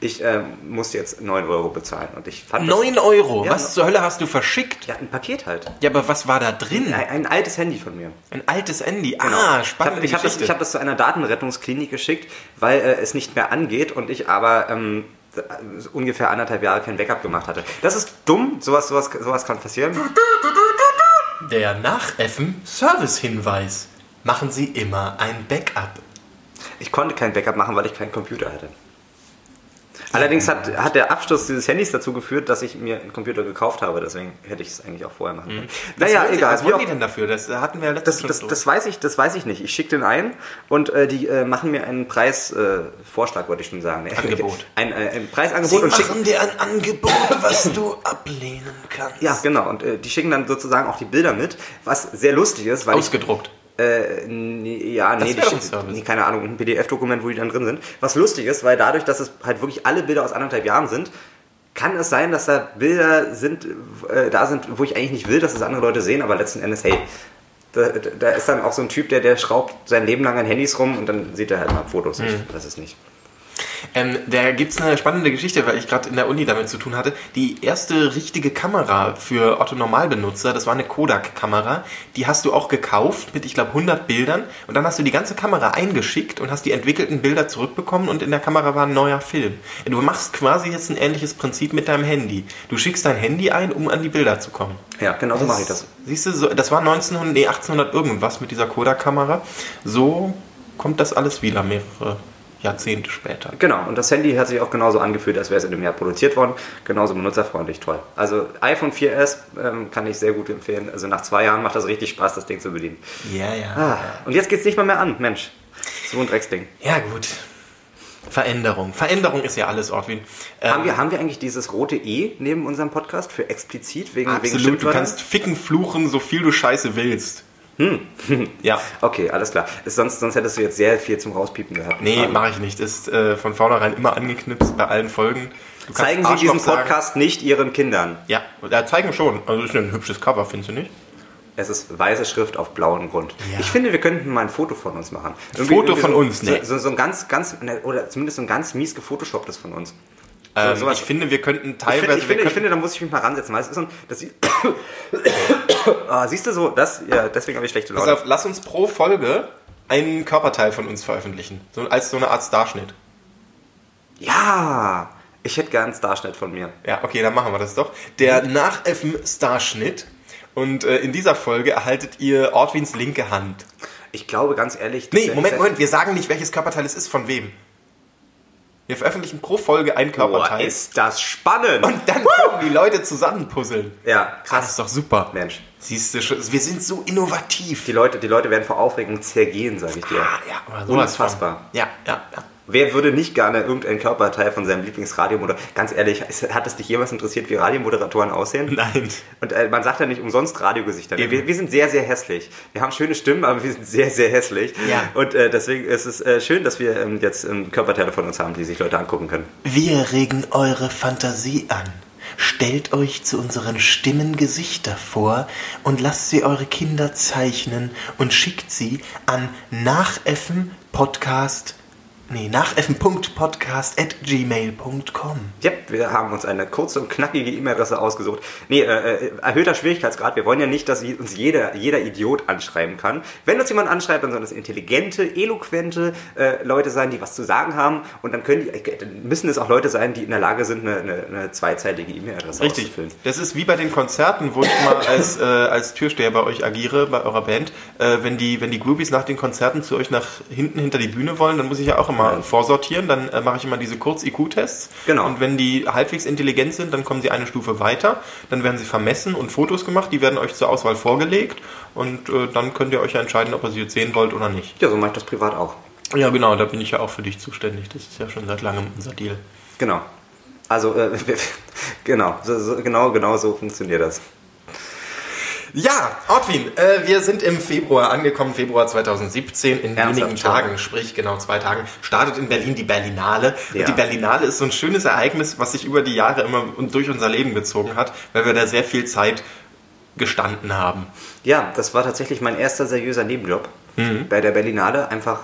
Speaker 1: ich äh, muss jetzt 9 Euro bezahlen. Und ich fand das-
Speaker 6: 9 Euro?
Speaker 1: Ja,
Speaker 6: was zur Hölle hast du verschickt?
Speaker 1: Ja, ein Paket halt.
Speaker 6: Ja, aber was war da drin?
Speaker 1: Ein, ein altes Handy von mir.
Speaker 6: Ein altes Handy.
Speaker 1: Genau.
Speaker 6: Ah, spannende
Speaker 1: ich habe hab das,
Speaker 6: Geschichte.
Speaker 1: ich hab das zu einer Datenrettungsklinik geschickt, weil äh, es nicht mehr angeht und ich aber ähm, d- äh, ungefähr anderthalb Jahre kein Backup gemacht hatte. Das ist dumm, sowas, sowas, sowas kann passieren.
Speaker 6: der Nachäffen-Service-Hinweis. Machen Sie immer ein Backup.
Speaker 1: Ich konnte kein Backup machen, weil ich keinen Computer hatte. Allerdings hat, hat der Absturz dieses Handys dazu geführt, dass ich mir einen Computer gekauft habe. Deswegen hätte ich es eigentlich auch vorher
Speaker 6: Mhm.
Speaker 1: machen können. Naja,
Speaker 6: wollen Sie-
Speaker 1: egal.
Speaker 6: Was
Speaker 1: wie
Speaker 6: wollen
Speaker 1: auch-
Speaker 6: die denn dafür? Das hatten wir ja letztes
Speaker 1: das, das, das, weiß ich, das weiß ich nicht. Ich schicke den ein und äh, die äh, machen mir einen Preisvorschlag, äh, Vorschlag, wollte ich schon sagen. <laughs> Nee,
Speaker 6: Angebot.
Speaker 1: Ein, äh, ein Preisangebot und schicken.
Speaker 6: dir ein Angebot, was du ablehnen kannst.
Speaker 1: Ja, genau. Und äh, die schicken dann sozusagen auch die Bilder mit, was sehr lustig ist, weil ich
Speaker 6: Ausgedruckt.
Speaker 1: Äh, nee, ja, nee, die
Speaker 6: wäre doch ein
Speaker 1: schicken,
Speaker 6: Service.
Speaker 1: nee, keine Ahnung, ein PDF-Dokument, wo die dann drin sind. Was lustig ist, weil dadurch, dass es halt wirklich alle Bilder aus anderthalb Jahren sind, kann es sein, dass da Bilder sind, äh, da sind, wo ich eigentlich nicht will, dass es andere Leute sehen, aber letzten Endes, hey, da, da da ist dann auch so ein Typ, der, der schraubt sein Leben lang an Handys rum und dann sieht er halt mal Fotos. Ich
Speaker 6: Mhm.
Speaker 1: weiß es nicht.
Speaker 6: Ähm, da gibt's eine spannende Geschichte, weil ich gerade in der Uni damit zu tun hatte. Die erste richtige Kamera für Otto Normalbenutzer, das war eine Kodak-Kamera. Die hast du auch gekauft mit, ich glaube, 100 Bildern. Und dann hast du die ganze Kamera eingeschickt und hast die entwickelten Bilder zurückbekommen und in der Kamera war ein neuer Film. Du machst quasi jetzt ein ähnliches Prinzip mit deinem Handy. Du schickst dein Handy ein, um an die Bilder zu kommen.
Speaker 1: Ja, genau so mache ich das.
Speaker 6: Siehst du, so, das war 1900, nee, 1800 irgendwas mit dieser Kodak-Kamera. So kommt das alles wieder mehrere Jahrzehnte später.
Speaker 1: Genau, und das Handy hat sich auch genauso angefühlt, als wäre es in dem Jahr produziert worden. Genauso benutzerfreundlich, toll. Also iPhone 4S ähm, kann ich sehr gut empfehlen. Also nach zwei Jahren macht das richtig Spaß, das Ding zu bedienen.
Speaker 6: Ja, ja.
Speaker 1: Ah, und jetzt geht's nicht mal mehr an, Mensch. So ein Drecksding.
Speaker 6: Ja, gut. Veränderung. Veränderung ist ja alles, Ortwin. Ähm,
Speaker 1: Haben, wir, haben wir eigentlich dieses rote E neben unserem Podcast für explizit wegen, wegen
Speaker 6: absolut, du
Speaker 1: Schimpfwörtern?
Speaker 6: kannst ficken, fluchen, so viel du scheiße willst. Hm. Ja.
Speaker 1: Okay, alles klar. Ist sonst, sonst hättest du jetzt sehr viel zum Rauspiepen gehabt.
Speaker 6: Nee,
Speaker 1: Also,
Speaker 6: mache ich nicht. Ist äh, von vornherein immer angeknipst bei allen Folgen. Du kannst
Speaker 1: Zeigen Sie
Speaker 6: Arschloch
Speaker 1: diesen
Speaker 6: sagen.
Speaker 1: Podcast nicht Ihren Kindern.
Speaker 6: Ja, ja, zeigen schon. Also ist ein hübsches Cover, findest du nicht?
Speaker 1: Es ist weiße Schrift auf blauem Grund. Ich finde, wir könnten mal ein Foto von uns machen.
Speaker 6: Foto von
Speaker 1: so,
Speaker 6: uns? Nee.
Speaker 1: So, so, so ein ganz, ganz, ne, oder zumindest so ein ganz mies gefotoshopptes von uns. So-
Speaker 6: Ähm,
Speaker 1: sowas-
Speaker 6: ich finde, wir könnten
Speaker 1: Ich finde,
Speaker 6: teilweise...
Speaker 1: ich, finde,
Speaker 6: wir
Speaker 1: ich
Speaker 6: könnten,
Speaker 1: finde, da muss ich mich mal ransetzen, weil es ist so ein, das sieht, <coughs> ah, siehst du so, das, ja, deswegen habe ich schlechte
Speaker 6: pass
Speaker 1: Laune.
Speaker 6: auf, lass uns pro Folge einen Körperteil von uns veröffentlichen. So, als so eine Art Starschnitt.
Speaker 1: Ja, ich hätte gern einen Starschnitt von mir.
Speaker 6: Ja, okay, dann machen wir das doch. Der
Speaker 1: Mhm.
Speaker 6: Nachäffen-Starschnitt. Und äh, in dieser Folge erhaltet ihr Ortwins linke Hand.
Speaker 1: Ich glaube ganz ehrlich,
Speaker 6: Nee,
Speaker 1: das-
Speaker 6: Moment,
Speaker 1: das-
Speaker 6: Moment, wir sagen nicht, welches Körperteil es ist, von wem. Wir veröffentlichen pro Folge ein
Speaker 1: Boah,
Speaker 6: Körperteil.
Speaker 1: ist das spannend.
Speaker 6: und dann können die Leute zusammen puzzeln.
Speaker 1: ja,
Speaker 6: Das ist
Speaker 1: krass.
Speaker 6: doch super.
Speaker 1: Mensch.
Speaker 6: Siehst du schon, wir sind so innovativ.
Speaker 1: Die Leute, die Leute werden vor Aufregung zergehen, sage ich dir. Ah,
Speaker 6: ja, aber sowas von.
Speaker 1: Unfassbar.
Speaker 6: Ja, ja, ja.
Speaker 1: Wer würde nicht gerne irgendeinen Körperteil von seinem Lieblingsradiomoderator? Ganz ehrlich, es- hat es dich jemals interessiert, wie Radiomoderatoren aussehen?
Speaker 6: Nein.
Speaker 1: Und äh, man sagt ja nicht umsonst Radiogesichter. Wir, wir sind sehr, sehr hässlich. Wir haben schöne Stimmen, aber wir sind sehr, sehr hässlich.
Speaker 6: Ja.
Speaker 1: Und äh, deswegen ist es äh, schön, dass wir ähm, jetzt ähm, Körperteile von uns haben, die sich Leute angucken können.
Speaker 2: Wir regen eure Fantasie an. Stellt euch zu unseren Stimmen Gesichter vor und lasst sie eure Kinder zeichnen und schickt sie an nacheffenpodcast, nee, nacheffen.podcast at gmail.com.
Speaker 1: Yep, wir haben uns eine kurze und knackige E-Mail-Adresse ausgesucht. Nee, äh, äh, erhöhter Schwierigkeitsgrad. Wir wollen ja nicht, dass uns jeder, jeder Idiot anschreiben kann. Wenn uns jemand anschreibt, dann sollen es intelligente, eloquente äh, Leute sein, die was zu sagen haben. Und dann, können die, äh, dann müssen es auch Leute sein, die in der Lage sind, eine, eine, eine zweizeilige E-Mail-Adresse
Speaker 6: Richtig.
Speaker 1: auszufüllen.
Speaker 6: Das ist wie bei den Konzerten, wo ich mal <laughs> als, äh, als Türsteher bei euch agiere, bei eurer Band. Äh, wenn die, wenn die Groupies nach den Konzerten zu euch nach hinten hinter die Bühne wollen, dann muss ich ja auch immer vorsortieren. Dann äh, mache ich immer diese Kurz-IQ-Tests.
Speaker 1: Genau.
Speaker 6: Und wenn die halbwegs intelligent sind, dann kommen sie eine Stufe weiter. Dann werden sie vermessen und Fotos gemacht. Die werden euch zur Auswahl vorgelegt. Und äh, dann könnt ihr euch ja entscheiden, ob ihr sie jetzt sehen wollt oder nicht.
Speaker 1: Ja, so mache ich das privat auch.
Speaker 6: Ja, genau. Da bin ich ja auch für dich zuständig. Das ist ja schon seit langem unser Deal.
Speaker 1: Genau. Also, äh, <laughs> genau, so, so, genau, genau so funktioniert das.
Speaker 6: Ja, Ortwin, äh, wir sind im Februar angekommen, Februar 2017, in
Speaker 1: Ernsthaft
Speaker 6: wenigen
Speaker 1: schon?
Speaker 6: Tagen, sprich genau zwei Tagen, startet in Berlin die Berlinale.
Speaker 1: Ja.
Speaker 6: Und die Berlinale ist so ein schönes Ereignis, was sich über die Jahre immer und durch unser Leben gezogen hat, weil wir da sehr viel Zeit gestanden haben.
Speaker 1: Ja, das war tatsächlich mein erster seriöser Nebenjob bei der Berlinale. Einfach,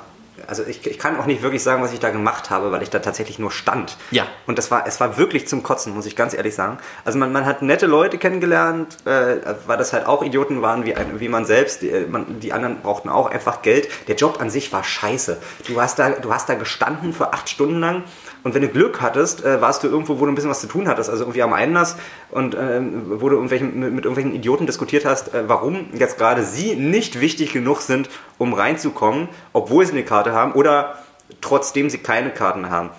Speaker 1: also ich, ich kann auch nicht wirklich sagen, was ich da gemacht habe, weil ich da tatsächlich nur stand.
Speaker 6: Ja.
Speaker 1: Und das war, es war wirklich zum Kotzen, muss ich ganz ehrlich sagen. Also man, man hat nette Leute kennengelernt, äh, weil das halt auch Idioten waren wie, ein, wie man selbst. Die, äh, man, die anderen brauchten auch einfach Geld. Der Job an sich war scheiße. Du hast da, du hast da gestanden für acht Stunden lang. Und wenn du Glück hattest, äh, warst du irgendwo, wo du ein bisschen was zu tun hattest, also irgendwie am Einlass und ähm, wo du irgendwelchen, mit, mit irgendwelchen Idioten diskutiert hast, äh, warum jetzt gerade sie nicht wichtig genug sind, um reinzukommen, obwohl sie eine Karte haben oder trotzdem sie keine Karten haben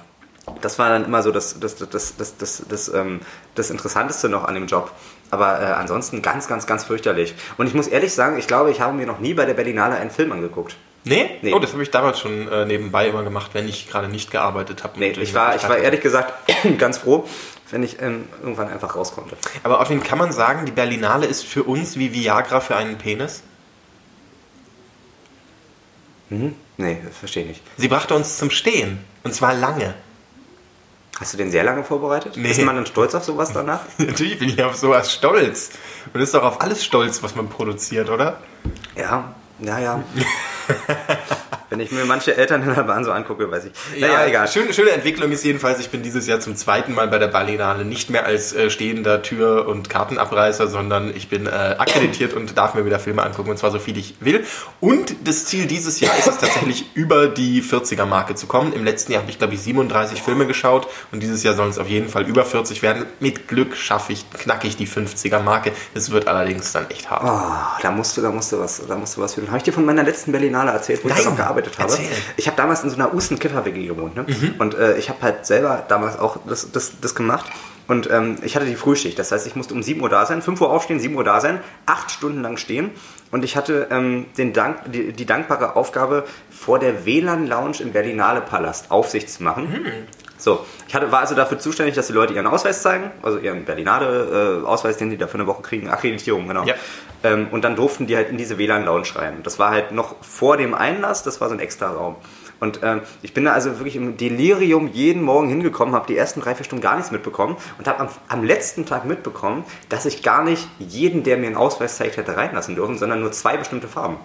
Speaker 1: das war dann immer so das, das, das, das, das, das, das, ähm, das Interessanteste noch an dem Job. Aber äh, ansonsten ganz, ganz, ganz fürchterlich. Und ich muss ehrlich sagen, ich glaube, ich habe mir noch nie bei der Berlinale einen Film angeguckt.
Speaker 6: Nee?
Speaker 1: Nee.
Speaker 6: Oh, das habe ich damals schon äh, nebenbei immer gemacht, wenn ich gerade nicht gearbeitet habe.
Speaker 1: Nee,
Speaker 6: Und
Speaker 1: ich war, ich war
Speaker 6: hatte.
Speaker 1: ehrlich gesagt <clears throat> ganz froh, wenn ich ähm, irgendwann einfach raus konnte.
Speaker 6: Aber Ortwin, kann man sagen, die Berlinale ist für uns wie Viagra für einen Penis?
Speaker 1: Nee, verstehe nicht.
Speaker 6: Sie brachte uns zum Stehen. Und zwar lange.
Speaker 1: Hast du den sehr lange vorbereitet?
Speaker 6: Nee.
Speaker 1: Ist man dann stolz auf sowas danach?
Speaker 6: <laughs> Natürlich bin ich auf sowas stolz. Man ist doch auf alles stolz, was man produziert, oder?
Speaker 1: ja, ja, ja. wenn ich mir manche Eltern in der Bahn so angucke, weiß ich. Naja, egal.
Speaker 6: Schöne, schöne Entwicklung ist jedenfalls, ich bin dieses Jahr zum zweiten Mal bei der Berlinale nicht mehr als äh, stehender Tür- und Kartenabreißer, sondern ich bin äh, akkreditiert und darf mir wieder Filme angucken, und zwar so viel ich will. Und das Ziel dieses Jahr ist es tatsächlich, über die 40er-Marke zu kommen. Im letzten Jahr habe ich, glaube ich, 37 Filme geschaut und dieses Jahr sollen es auf jeden Fall über 40 werden. Mit Glück schaffe ich, knacke ich die 50er-Marke. Es wird allerdings dann echt hart.
Speaker 1: Ah, da musst du, da musst du was, da musst du was finden. Habe ich dir von meiner letzten Berlinale erzählt, wo ich dann
Speaker 6: Nein,
Speaker 1: noch gearbeitet habe?
Speaker 6: erzähl. Mhm.
Speaker 1: Ich habe damals in so einer usten kiffer wg gewohnt, ne? Und äh, ich habe halt selber damals auch das, das, das gemacht. Und ähm, ich hatte die Frühschicht, das heißt, ich musste um 7 Uhr da sein, 5 Uhr aufstehen, 7 Uhr da sein, 8 Stunden lang stehen. und ich hatte ähm, den Dank, die, die dankbare Aufgabe, vor der WLAN-Lounge im Berlinale Palast Aufsicht zu machen.
Speaker 6: Mhm.
Speaker 1: So, ich hatte, war also dafür zuständig, dass die Leute ihren Ausweis zeigen, also ihren Berlinale-Ausweis, den die da für eine Woche kriegen, Akkreditierung, genau.
Speaker 6: Ja.
Speaker 1: Ähm, und dann durften die halt in diese WLAN-Lounge rein. Das war halt noch vor dem Einlass, das war so ein extra Raum. Und ähm, ich bin da also wirklich im Delirium jeden Morgen hingekommen, habe die ersten drei, vier Stunden gar nichts mitbekommen und habe am, am letzten Tag mitbekommen, dass ich gar nicht jeden, der mir einen Ausweis zeigt, hätte reinlassen dürfen, sondern nur zwei bestimmte Farben.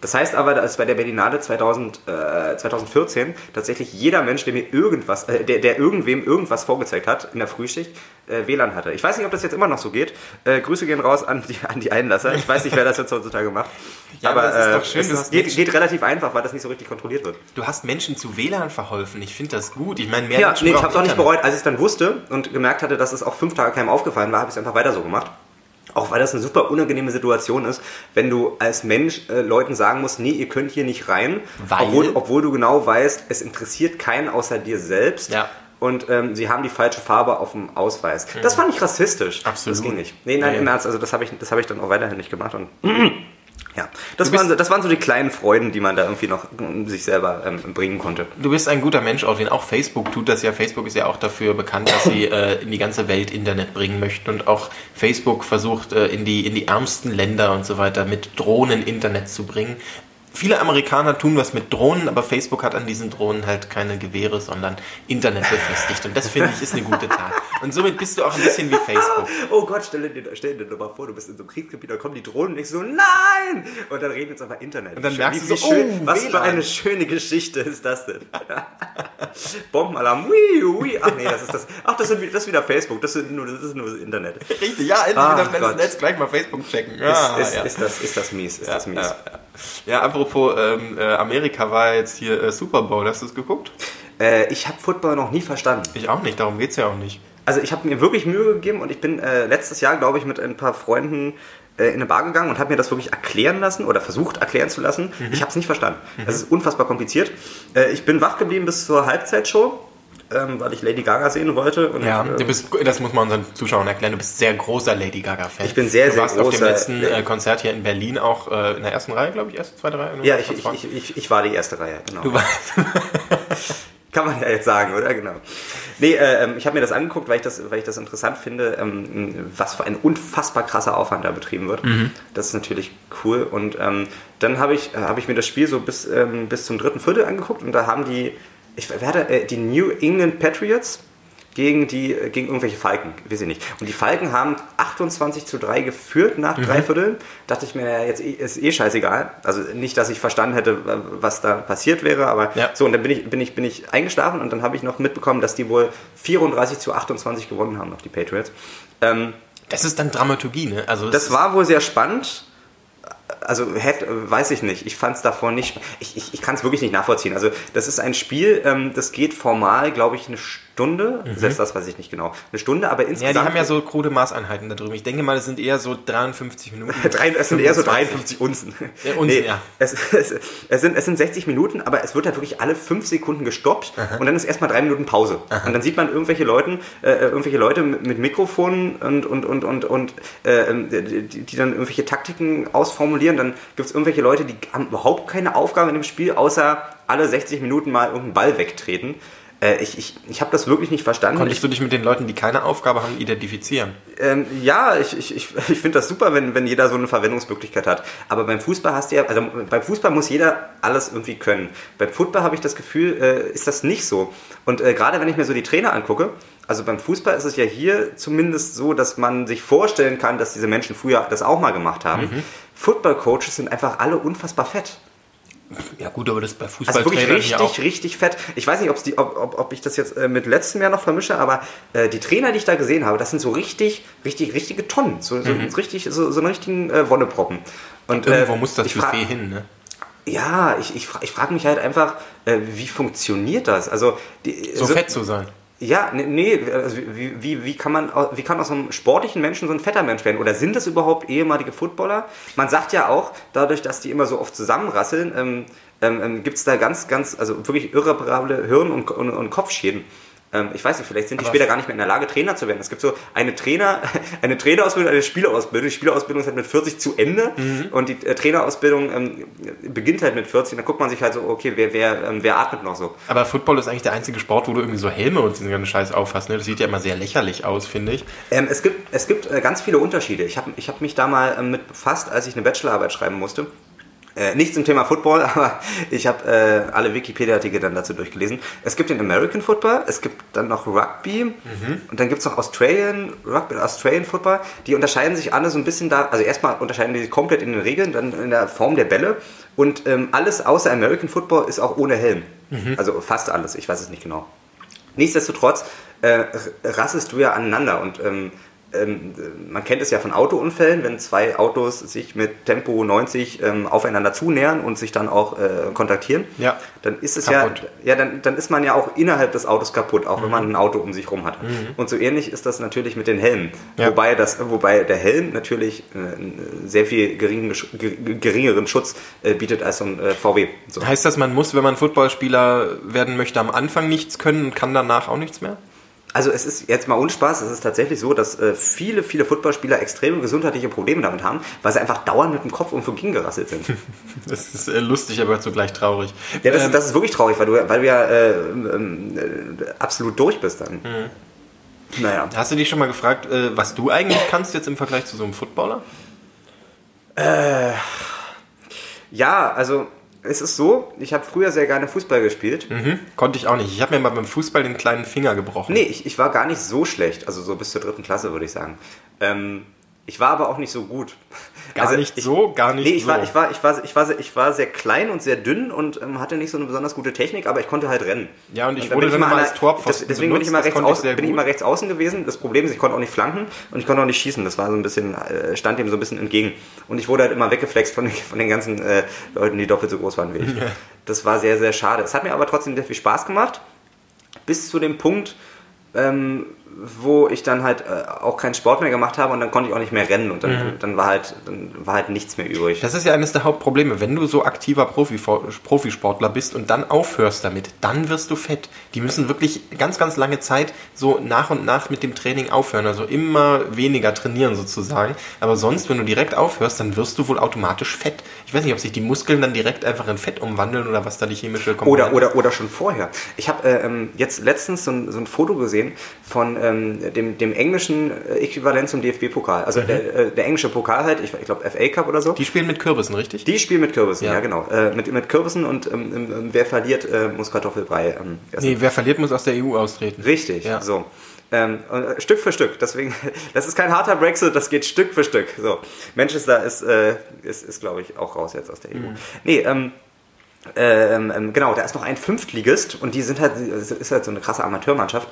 Speaker 1: Das heißt aber, dass bei der Berlinale 2000, äh, 2014 tatsächlich jeder Mensch, der mir irgendwas, äh, der, der irgendwem irgendwas vorgezeigt hat in der Frühschicht, äh, WLAN hatte. Ich weiß nicht, ob das jetzt immer noch so geht. Äh, Grüße gehen raus an die, an die Einlasser. Ich weiß nicht, wer das jetzt heutzutage macht. äh,
Speaker 6: Ja, aber das ist doch schön,
Speaker 1: es
Speaker 6: du
Speaker 1: ist,
Speaker 6: hast
Speaker 1: geht,
Speaker 6: Menschen-
Speaker 1: geht relativ einfach, weil das nicht so richtig kontrolliert wird.
Speaker 6: Du hast Menschen zu WLAN verholfen. Ich finde das gut. Ich meine, mehr
Speaker 1: Ja,
Speaker 6: Menschen
Speaker 1: nee, ich habe
Speaker 6: brauchen
Speaker 1: es auch nicht
Speaker 6: Internet.
Speaker 1: bereut. Als ich es dann wusste und gemerkt hatte, dass es auch fünf Tage keinem aufgefallen war, habe ich es einfach weiter so gemacht. Auch weil das eine super unangenehme Situation ist, wenn du als Mensch äh, Leuten sagen musst, nee, ihr könnt hier nicht rein,
Speaker 6: Weil?
Speaker 1: obwohl, obwohl du genau weißt, es interessiert keinen außer dir selbst.
Speaker 6: Ja. Mhm.
Speaker 1: Und ähm, sie haben die falsche Farbe auf dem Ausweis. Das fand ich rassistisch.
Speaker 6: Absolut.
Speaker 1: Das ging nicht. Nee, nein,
Speaker 6: Nee.
Speaker 1: im Ernst, also das habe ich, das hab ich dann auch weiterhin nicht gemacht. Und <clears throat> ja, das
Speaker 6: Du bist-
Speaker 1: waren, so, das waren so die kleinen Freuden, die man da irgendwie noch ähm, sich selber ähm, bringen konnte.
Speaker 6: Du bist ein guter Mensch, Orwin. Auch Facebook tut das ja. Facebook ist ja auch dafür bekannt, dass sie äh, in die ganze Welt Internet bringen möchten. Und auch Facebook versucht, äh, in, die, in die ärmsten Länder und so weiter mit Drohnen Internet zu bringen. Viele Amerikaner tun was mit Drohnen, aber Facebook hat an diesen Drohnen halt keine Gewehre, sondern Internet befestigt. Und das finde ich ist eine gute Tat. Und somit bist du auch ein bisschen wie Facebook.
Speaker 1: Oh Gott, stell dir, stell dir doch mal vor, du bist in so einem Kriegsgebiet, da kommen die Drohnen und ich so, nein! Und dann reden jetzt aber Internet. Und
Speaker 6: dann merkst du so, oh,
Speaker 1: was für
Speaker 6: WLAN.
Speaker 1: eine schöne Geschichte ist das denn? <laughs> Bombenalarm, wii, wii. Ach nee, das ist das. Ach, das ist, das ist wieder Facebook, das ist nur, das ist nur das Internet.
Speaker 6: <laughs> Richtig, ja, endlich
Speaker 1: Ah,
Speaker 6: wieder schnelles
Speaker 1: Gott.
Speaker 6: Netz, gleich mal Facebook checken.
Speaker 1: ist, ist, ist, das, ist das mies, ist das mies.
Speaker 6: Ah, ja, ja. ja, apropos ähm, äh, Amerika war jetzt hier äh, Super Bowl, hast du es geguckt?
Speaker 1: Äh, ich habe Football noch nie verstanden.
Speaker 6: Ich auch nicht, darum geht's ja auch nicht.
Speaker 1: Also ich habe mir wirklich Mühe gegeben und ich bin äh, letztes Jahr, glaube ich, mit ein paar Freunden äh, in eine Bar gegangen und habe mir das wirklich erklären lassen oder versucht erklären zu lassen.
Speaker 6: Mhm.
Speaker 1: Ich habe es nicht verstanden. Es ist unfassbar kompliziert. Äh, ich bin wach geblieben bis zur Halbzeitshow, ähm, weil ich Lady Gaga sehen wollte. Und,
Speaker 6: Ja,
Speaker 1: äh,
Speaker 6: Ähm, du bist, das muss man unseren Zuschauern erklären, du bist sehr großer Lady Gaga-Fan.
Speaker 1: Ich bin sehr,
Speaker 6: du
Speaker 1: sehr
Speaker 6: warst auf dem
Speaker 1: großer-
Speaker 6: letzten äh, Konzert hier in Berlin auch äh, in der ersten Reihe, glaube ich, erste, zweite Reihe. ne?
Speaker 1: ja ich, ich,
Speaker 6: Platz
Speaker 1: ich, ich, ich war die erste Reihe, genau.
Speaker 6: Du warst,
Speaker 1: Kann man ja jetzt sagen, oder? Genau. Nee, äh, ähm, ich habe mir das angeguckt, weil ich das, weil ich das interessant finde, ähm, was für ein unfassbar krasser Aufwand da betrieben wird. Das ist natürlich cool. Und ähm, dann habe ich, äh, hab ich mir das Spiel so bis, ähm, bis zum dritten Viertel angeguckt und da haben die, ich werde, äh, die New England Patriots gegen die äh, gegen irgendwelche Falken, weiß ich nicht. Und die Falken haben 28 zu 3 geführt nach drei Vierteln. Dachte ich mir, ja, jetzt eh- ist eh scheißegal. Also nicht, dass ich verstanden hätte, was da passiert wäre, aber
Speaker 6: Ja.
Speaker 1: so und dann bin ich bin ich bin ich eingeschlafen und dann habe ich noch mitbekommen, dass die wohl 34 zu 28 gewonnen haben noch die Patriots. Ähm,
Speaker 6: <laughs> das ist dann Dramaturgie, ne? Also
Speaker 1: das war wohl sehr spannend. Also hätte, weiß ich nicht. Ich fand es davor nicht. spa- Ich, ich, ich kann es wirklich nicht nachvollziehen. Also das ist ein Spiel, ähm, das geht formal, glaube ich, eine Stunde. Selbst das weiß ich nicht genau. Eine Stunde, aber
Speaker 6: Mhm. Ja,
Speaker 1: insgesamt.
Speaker 6: die haben ja so krude Maßeinheiten da drüben. Ich denke mal, das sind eher so 53 Minuten.
Speaker 1: <laughs> Äh, Drei, es sind eher so 53 Unzen.
Speaker 6: Ja, Äh, Unzen, ja.
Speaker 1: Es, es, es, sind, es sind 60 Minuten, aber es wird halt wirklich alle 5 Sekunden gestoppt und dann ist erstmal 3 Minuten Pause. Und dann sieht man irgendwelche, Leuten, äh, irgendwelche Leute mit, mit Mikrofonen und, und, und, und, und äh, die, die dann irgendwelche Taktiken ausformulieren. Dann gibt es irgendwelche Leute, die haben überhaupt keine Aufgabe in dem Spiel, außer alle 60 Minuten mal irgendeinen Ball wegtreten. Äh, Ich, ich, ich habe das wirklich nicht verstanden. Ich-
Speaker 6: Konntest du dich mit den Leuten, die keine Aufgabe haben, identifizieren?
Speaker 1: ähm, ja, ich, ich, ich, <laughs> ich finde das super, wenn, wenn jeder so eine Verwendungsmöglichkeit hat. Aber beim Fußball hast du ja, also beim Fußball muss jeder alles irgendwie können. Beim Football habe ich das Gefühl, äh, ist das nicht so. Und äh, gerade wenn ich mir so die Trainer angucke, also beim Fußball ist es ja hier zumindest so, dass man sich vorstellen kann, dass diese Menschen früher das auch mal gemacht haben. Football-Coaches sind einfach alle unfassbar fett.
Speaker 6: Ja gut, aber das ist bei
Speaker 1: Also wirklich
Speaker 6: Fußballtrainern hier auch.
Speaker 1: richtig, richtig fett. Ich weiß nicht, ob's die, ob, ob, ob ich das jetzt äh, mit letztem Jahr noch vermische, aber äh, die Trainer, die ich da gesehen habe, das sind so richtig, richtig, richtige Tonnen. So, so, richtig, so, so einen richtigen äh, Wonneproppen. Und,
Speaker 6: Mhm. Irgendwo
Speaker 1: äh,
Speaker 6: muss das
Speaker 1: ich frag-
Speaker 6: Buffet hin, ne?
Speaker 1: Ja, ich, ich, fra- ich frage mich halt einfach, äh, wie funktioniert das? Also, die,
Speaker 6: So fett zu sein.
Speaker 1: ja, nee, nee also wie, wie, wie, kann man, au- wie kann aus einem sportlichen Menschen so ein fetter Mensch werden? Oder sind das überhaupt ehemalige Footballer? Man sagt ja auch, dadurch, dass die immer so oft zusammenrasseln, ähm, ähm, ähm, gibt es da ganz, ganz, also wirklich irreparable Hirn- und, und, und Kopfschäden. Ähm, ich weiß nicht, vielleicht sind die später gar nicht mehr in der Lage, Trainer zu werden. Es gibt so eine Trainer, <laughs> eine Trainerausbildung, eine Spielerausbildung. Die Spielerausbildung ist halt mit 40 zu Ende und die äh, Trainerausbildung ähm, beginnt halt mit 40. Da guckt man sich halt so, okay, wer, wer, ähm, wer atmet noch so?
Speaker 6: Aber Football ist eigentlich der einzige Sport, wo du irgendwie so Helme und diesen ganzen Scheiß aufhast. Ne? Das sieht ja immer sehr lächerlich aus, finde ich.
Speaker 1: Ähm, es gibt, es gibt äh, ganz viele Unterschiede. Ich habe ich hab mich da mal ähm, mit befasst, als ich eine Bachelorarbeit schreiben musste. Äh, nicht zum Thema Football, <laughs> aber ich habe äh, alle Wikipedia-Artikel dann dazu durchgelesen. Es gibt den American Football, es gibt dann noch Rugby und dann gibt es noch Australian Rugby, Australian Football. Die unterscheiden sich alle so ein bisschen da, also erstmal unterscheiden die sich komplett in den Regeln, dann in der Form der Bälle und ähm, alles außer American Football ist auch ohne Helm. Also fast alles, ich weiß es nicht genau. Nichtsdestotrotz äh, rassest du ja aneinander und ähm, ähm, man kennt es ja von Autounfällen, wenn zwei Autos sich mit Tempo 90 ähm, aufeinander zunähern und sich dann auch äh, kontaktieren,
Speaker 6: Ja.
Speaker 1: dann ist es
Speaker 6: Kaputt. Mhm.
Speaker 1: ja, ja dann, dann ist man ja auch innerhalb des Autos kaputt, auch wenn man ein Auto um sich rum hat. Und so ähnlich ist das natürlich mit den Helmen.
Speaker 6: Ja.
Speaker 1: Wobei, das, wobei der Helm natürlich äh, einen sehr viel geringen, Gesch- ge- geringeren Schutz äh, bietet als so ein äh, VW. So.
Speaker 6: Heißt das, man muss, wenn man Footballspieler werden möchte, am Anfang nichts können und kann danach auch nichts mehr?
Speaker 1: Also es ist jetzt mal Unspaß, es ist tatsächlich so, dass äh, viele, viele Footballspieler extreme gesundheitliche Probleme damit haben, weil sie einfach dauernd mit dem Kopf um fünf Ging gerasselt sind.
Speaker 6: Das ist äh, lustig, aber zugleich traurig.
Speaker 1: Ja, das,
Speaker 6: Hm. Ähm,
Speaker 1: ist, das ist wirklich traurig, weil du, weil du ja äh, ähm, äh, absolut durch bist dann.
Speaker 6: Hm.
Speaker 1: Naja.
Speaker 6: Hast du dich schon mal gefragt, äh, was du eigentlich kannst jetzt im Vergleich zu so einem Footballer?
Speaker 1: Ja, also es ist so, ich habe früher sehr gerne Fußball gespielt.
Speaker 6: Mhm. Konnte ich auch nicht. Ich habe mir mal beim Fußball den kleinen Finger gebrochen.
Speaker 1: Nee, ich, ich war gar nicht so schlecht, also so bis zur dritten Klasse würde ich sagen. Ähm, ich war aber auch nicht so gut.
Speaker 6: Gar nicht so, gar nicht
Speaker 1: nee, also ich
Speaker 6: so.
Speaker 1: War, ich, war, ich, war, ich, war, sehr- ich war sehr klein und sehr dünn und ähm, hatte nicht so eine besonders gute Technik, aber ich konnte halt rennen.
Speaker 6: Ja, und ich
Speaker 1: dann
Speaker 6: wurde
Speaker 1: bin
Speaker 6: dann
Speaker 1: immer
Speaker 6: immer
Speaker 1: an
Speaker 6: als
Speaker 1: der-
Speaker 6: Torpfosten
Speaker 1: das- Deswegen bin ich,
Speaker 6: benutzt,
Speaker 1: immer
Speaker 6: das
Speaker 1: rechts
Speaker 6: konnte ich
Speaker 1: außen,
Speaker 6: sehr
Speaker 1: bin ich
Speaker 6: gut.
Speaker 1: immer rechts außen gewesen. Das Problem ist, ich konnte auch nicht flanken und ich konnte auch nicht schießen. Das war so ein bisschen, äh, stand dem so ein bisschen entgegen. Und ich wurde halt immer weggeflext von, den- von den ganzen äh, Leuten, die doppelt so groß waren wie ich. Das war sehr, sehr schade. Es hat mir aber trotzdem sehr viel Spaß gemacht. Bis zu dem Punkt, ähm, wo ich dann halt äh, auch keinen Sport mehr gemacht habe und dann konnte ich auch nicht mehr rennen und dann,
Speaker 6: Mhm.
Speaker 1: dann, war, halt, dann war halt nichts mehr übrig.
Speaker 6: Das ist ja eines der Hauptprobleme. Wenn du so aktiver Profi Profisportler bist und dann aufhörst damit, dann wirst du fett. Die müssen wirklich ganz, ganz lange Zeit so nach und nach mit dem Training aufhören. Also immer weniger trainieren sozusagen. Aber sonst, wenn du direkt aufhörst, dann wirst du wohl automatisch fett. Ich weiß nicht, ob sich die Muskeln dann direkt einfach in Fett umwandeln oder was da die chemische
Speaker 1: Oder,
Speaker 6: Komponente
Speaker 1: oder, oder schon vorher. Ich habe äh, ähm, jetzt letztens so ein, so ein Foto gesehen von ähm, dem, dem englischen äh, Äquivalent zum DFB-Pokal. Also der, äh, der englische Pokal halt, ich, ich glaube FA Cup oder so.
Speaker 6: Die spielen mit Kürbissen, richtig?
Speaker 1: Die spielen mit Kürbissen, ja,
Speaker 6: Ja.
Speaker 1: genau. Äh, mit, mit Kürbissen und ähm, ähm, ähm, wer verliert, äh, muss Kartoffelbrei ähm, essen.
Speaker 6: nee, wer verliert, muss aus der EU austreten.
Speaker 1: Richtig,
Speaker 6: Ja.
Speaker 1: so. Ähm, äh, Stück für Stück. Deswegen, <laughs> das ist kein harter Brexit, das geht Stück für Stück. So. Manchester ist, äh, ist, ist glaube ich, auch raus jetzt aus der EU.
Speaker 6: Mhm.
Speaker 1: Nee, ähm, ähm, ähm, genau, da ist noch ein Fünftligist und die sind halt, es ist halt so eine krasse Amateurmannschaft.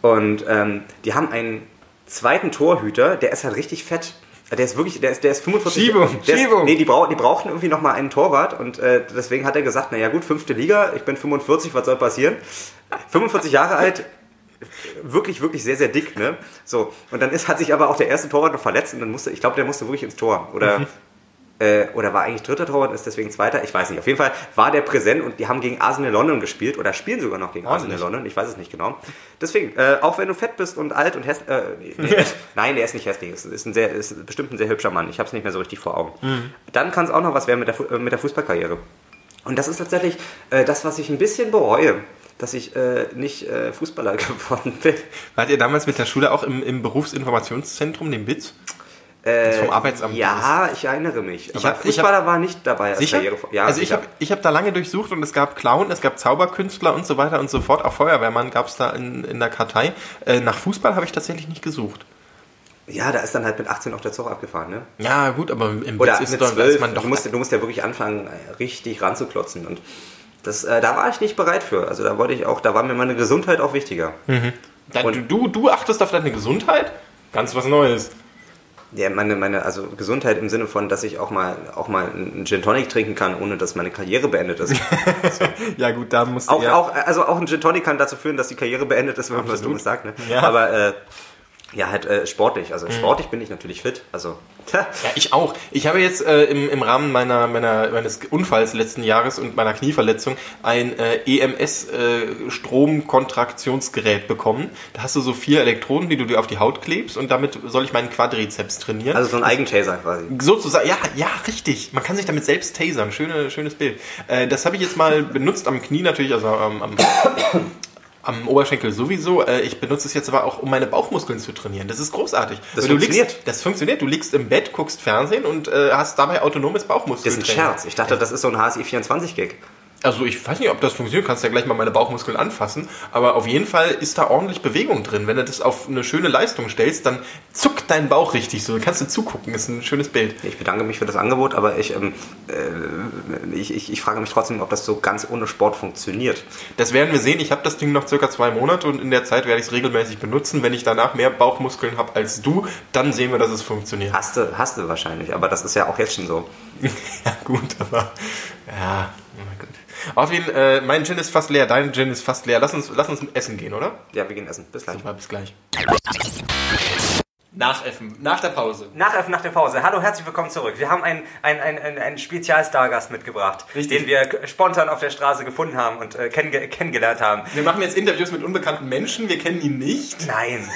Speaker 1: Und ähm, die haben einen zweiten Torhüter, der ist halt richtig fett. Der ist wirklich, der ist, der ist 45.
Speaker 6: Schiebung,
Speaker 1: der ist,
Speaker 6: Schiebung.
Speaker 1: Nee, die, brauch, die brauchten irgendwie nochmal einen Torwart und äh, deswegen hat er gesagt, naja gut, fünfte Liga, ich bin 45, was soll passieren? 45 Jahre alt, wirklich, wirklich sehr, sehr dick, ne? So, und dann ist, hat sich aber auch der erste Torwart noch verletzt und dann musste, ich glaube, der musste wirklich ins Tor. Oder, äh, oder war eigentlich dritter Torwart, ist deswegen zweiter, ich weiß nicht. Auf jeden Fall war der präsent und die haben gegen Arsenal London gespielt oder spielen sogar noch gegen Arsenal
Speaker 6: Ordentlich.
Speaker 1: London, ich weiß es nicht genau. Deswegen, äh, auch wenn du fett bist und alt und hässlich, äh, nee, nee, <laughs> nein, der ist nicht hässlich, ist, ist, ein sehr, ist bestimmt ein sehr hübscher Mann, ich habe es nicht mehr so richtig vor Augen. Dann kann es auch noch was werden mit der, Fu- äh, mit der Fußballkarriere. Und das ist tatsächlich äh, das, was ich ein bisschen bereue, dass ich äh, nicht äh, Fußballer <laughs> geworden bin.
Speaker 6: Wart ihr damals mit der Schule auch im, im Berufsinformationszentrum, dem BITS? das vom Arbeitsamt.
Speaker 1: Äh, Ja, ich erinnere mich.
Speaker 6: Ich
Speaker 1: Aber
Speaker 6: hab- ich hab-
Speaker 1: Fußballer war nicht dabei als
Speaker 6: Sicher?
Speaker 1: Karriere. Ja,
Speaker 6: also ich
Speaker 1: sicher.
Speaker 6: habe ich hab da lange durchsucht und es gab Clown, es gab Zauberkünstler und so weiter und so fort. Auch Feuerwehrmann gab es da in, in der Kartei. Äh, nach Fußball habe ich tatsächlich nicht gesucht.
Speaker 1: ja, da ist dann halt mit 18 auch der Zug abgefahren, ne?
Speaker 6: Ja, gut, aber im
Speaker 1: Oder
Speaker 6: Blitz ist,
Speaker 1: mit
Speaker 6: doch, da
Speaker 1: 12.
Speaker 6: ist man doch...
Speaker 1: du, musst, du musst ja wirklich anfangen, äh, richtig ranzuklotzen. Und das, äh, da war ich nicht bereit für. Also da wollte ich auch, da war mir meine Gesundheit auch wichtiger.
Speaker 6: Hm. dann, du, du, du achtest auf deine Gesundheit? Ganz was Neues.
Speaker 1: Ja, meine, meine, also Gesundheit im Sinne von, dass ich auch mal, auch mal einen Gin Tonic trinken kann, ohne dass meine Karriere beendet
Speaker 6: <laughs>
Speaker 1: ist.
Speaker 6: Ja gut, da musst du
Speaker 1: Auch,
Speaker 6: eher-
Speaker 1: auch, also auch ein Gin Tonic kann dazu führen, dass die Karriere beendet ist, wenn man was
Speaker 6: Absolut.
Speaker 1: Dummes sagt. Ne?
Speaker 6: Ja. Mhm.
Speaker 1: Aber äh,
Speaker 7: Ja, halt äh, sportlich. Also sportlich bin ich natürlich fit. Also, tja,
Speaker 6: Ja, ich auch. Ich habe jetzt äh, im, im Rahmen meiner, meiner, meines Unfalls letzten Jahres und meiner Knieverletzung ein äh, EMS-Stromkontraktionsgerät äh, bekommen. Da hast du so vier Elektroden, die du dir auf die Haut klebst und damit soll ich meinen Quadrizeps trainieren.
Speaker 7: also so ein Eigenchaser quasi.
Speaker 6: Sozusagen, ja, ja, richtig. Man kann sich damit selbst tasern. Schöne, schönes Bild. Äh, das habe ich jetzt mal benutzt am Knie natürlich, also am, <coughs> am, am Oberschenkel sowieso. Äh, ich benutze es jetzt aber auch, um meine Bauchmuskeln zu trainieren. Das ist großartig.
Speaker 7: Das
Speaker 6: Weil
Speaker 7: funktioniert.
Speaker 6: Liegst, das funktioniert. Du liegst im Bett, guckst Fernsehen und äh, hast dabei autonomes
Speaker 7: Das ist ein
Speaker 6: Bauchmuskeltraining.
Speaker 7: Scherz. Ich dachte, das ist so ein HSI24-Gag.
Speaker 6: Also ich weiß nicht, ob das funktioniert. Du kannst ja gleich mal meine Bauchmuskeln anfassen. Aber auf jeden Fall ist da ordentlich Bewegung drin. Wenn du das auf eine schöne Leistung stellst, dann zuckt dein Bauch richtig so. Dann kannst du zugucken. Ist ein schönes Bild.
Speaker 7: Ich bedanke mich für das Angebot, aber ich, ähm, äh, ich, ich, ich frage mich trotzdem, ob das so ganz ohne Sport funktioniert.
Speaker 6: Das werden wir sehen. Ich habe das Ding noch circa zwei Monate und in der Zeit werde ich es regelmäßig benutzen. Wenn ich danach mehr Bauchmuskeln habe als du, dann sehen wir, dass es
Speaker 1: Ah.
Speaker 6: funktioniert.
Speaker 7: Hast du, hast du wahrscheinlich, aber das ist ja auch jetzt schon so.
Speaker 6: <laughs> ja, gut, aber ja, na gut. Auf jeden Fall, äh, mein Gin ist fast leer, dein Gin ist fast leer. Lass uns, lass uns essen gehen, oder?
Speaker 7: Ja, wir gehen essen. Bis gleich.
Speaker 6: Mal bis gleich. Nach Effen, nach der Pause.
Speaker 1: Nach, nach der Pause. Hallo, herzlich willkommen zurück. Wir haben einen, einen, einen, einen, einen Spezialstargast mitgebracht,
Speaker 6: Richtig.
Speaker 1: den wir k- spontan auf der Straße gefunden haben und äh, kennenge kennengelernt haben.
Speaker 6: Wir machen jetzt Interviews mit unbekannten Menschen, wir kennen ihn nicht.
Speaker 1: Nein.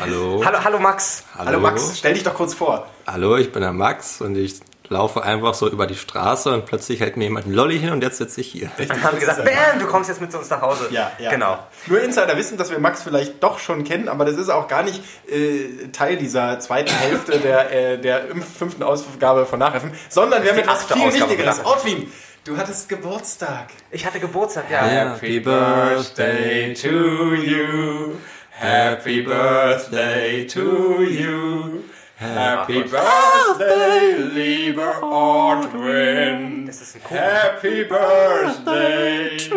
Speaker 8: Hallo.
Speaker 1: Hallo, hallo Max.
Speaker 8: Hallo.
Speaker 6: Hallo Max, stell dich doch kurz vor.
Speaker 8: Hallo, ich bin der Max und ich laufe einfach so über die Straße und plötzlich hält mir jemand einen Lolli hin und jetzt sitze ich hier.
Speaker 1: Und haben gesagt, bam, du kommst jetzt mit zu uns nach Hause. Genau.
Speaker 6: Nur Insider wissen, dass wir Max vielleicht doch schon kennen, aber das ist auch gar nicht äh, Teil dieser zweiten Hälfte der, äh, der im- fünften Ausgabe von Nachreffen, sondern wir haben
Speaker 1: die
Speaker 6: etwas
Speaker 1: achte
Speaker 6: viel
Speaker 1: Ausgabe von
Speaker 6: Wichtigeres.
Speaker 1: Nachreffen.
Speaker 6: Ortwin, du hattest Geburtstag.
Speaker 1: Ich hatte Geburtstag, ja.
Speaker 8: Happy birthday
Speaker 6: to you. Happy birthday to you. Happy birthday, lieber Ortwin.
Speaker 1: Das ist ein Kuchen.
Speaker 6: Happy birthday to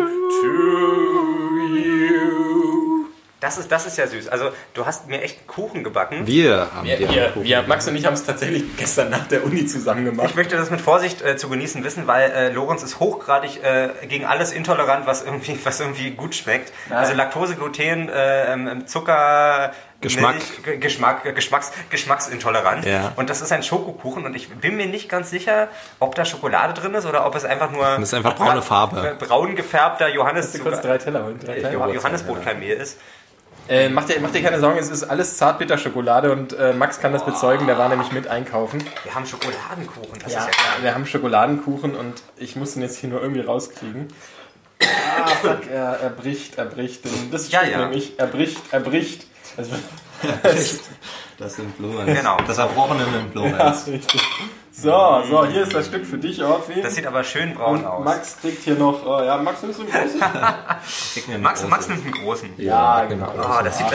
Speaker 6: you.
Speaker 1: Das ist, das ist ja süß. Also, du hast mir echt einen Kuchen gebacken.
Speaker 8: Wir haben
Speaker 6: Ja,
Speaker 8: dir einen
Speaker 6: wir,
Speaker 8: Kuchen
Speaker 6: wir, Max und ich haben es tatsächlich gestern nach der Uni zusammen gemacht.
Speaker 1: Ich möchte das mit Vorsicht äh, zu genießen wissen, weil äh, Lorenz ist hochgradig äh, gegen alles intolerant, was irgendwie, was irgendwie gut schmeckt. Also Laktose, Gluten, äh, ähm, Zucker,
Speaker 8: Geschmack.
Speaker 1: Milch, Ge- Geschmack, äh, Geschmacks, Geschmacksintolerant.
Speaker 8: Ja.
Speaker 1: Und das ist ein Schokokuchen und ich bin mir nicht ganz sicher, ob da Schokolade drin ist oder ob es einfach nur
Speaker 8: Das ist einfach braune
Speaker 1: äh,
Speaker 8: Farbe.
Speaker 1: braun gefärbter Johannes äh,
Speaker 6: drei Teller und drei
Speaker 1: Johannesbrotkaramell ist.
Speaker 6: Äh, mach, dir, mach dir keine Sorgen, es ist alles Zartbitterschokolade und äh, Max kann das bezeugen, der war nämlich mit einkaufen.
Speaker 1: Wir haben Schokoladenkuchen, das ist ja klar.
Speaker 6: Ja, wir haben Schokoladenkuchen und ich muss ihn jetzt hier nur irgendwie rauskriegen. Ah, fuck, er, er bricht, er bricht. Das ist
Speaker 1: Ja,
Speaker 6: stimmt
Speaker 1: ja.
Speaker 6: nämlich, er bricht, er bricht. Also, <laughs>
Speaker 8: Das sind Blumen.
Speaker 1: Genau.
Speaker 8: Das erbrochene nimmt Blumen.
Speaker 6: so, so, hier ist das Stück für dich, Ortwin.
Speaker 1: Das sieht aber schön braun aus.
Speaker 6: Max kriegt hier noch, oh, ja, Max ist ein großes.
Speaker 1: Max, Max nimmt einen großen.
Speaker 6: Ja, genau.
Speaker 1: Ah, das, sieht,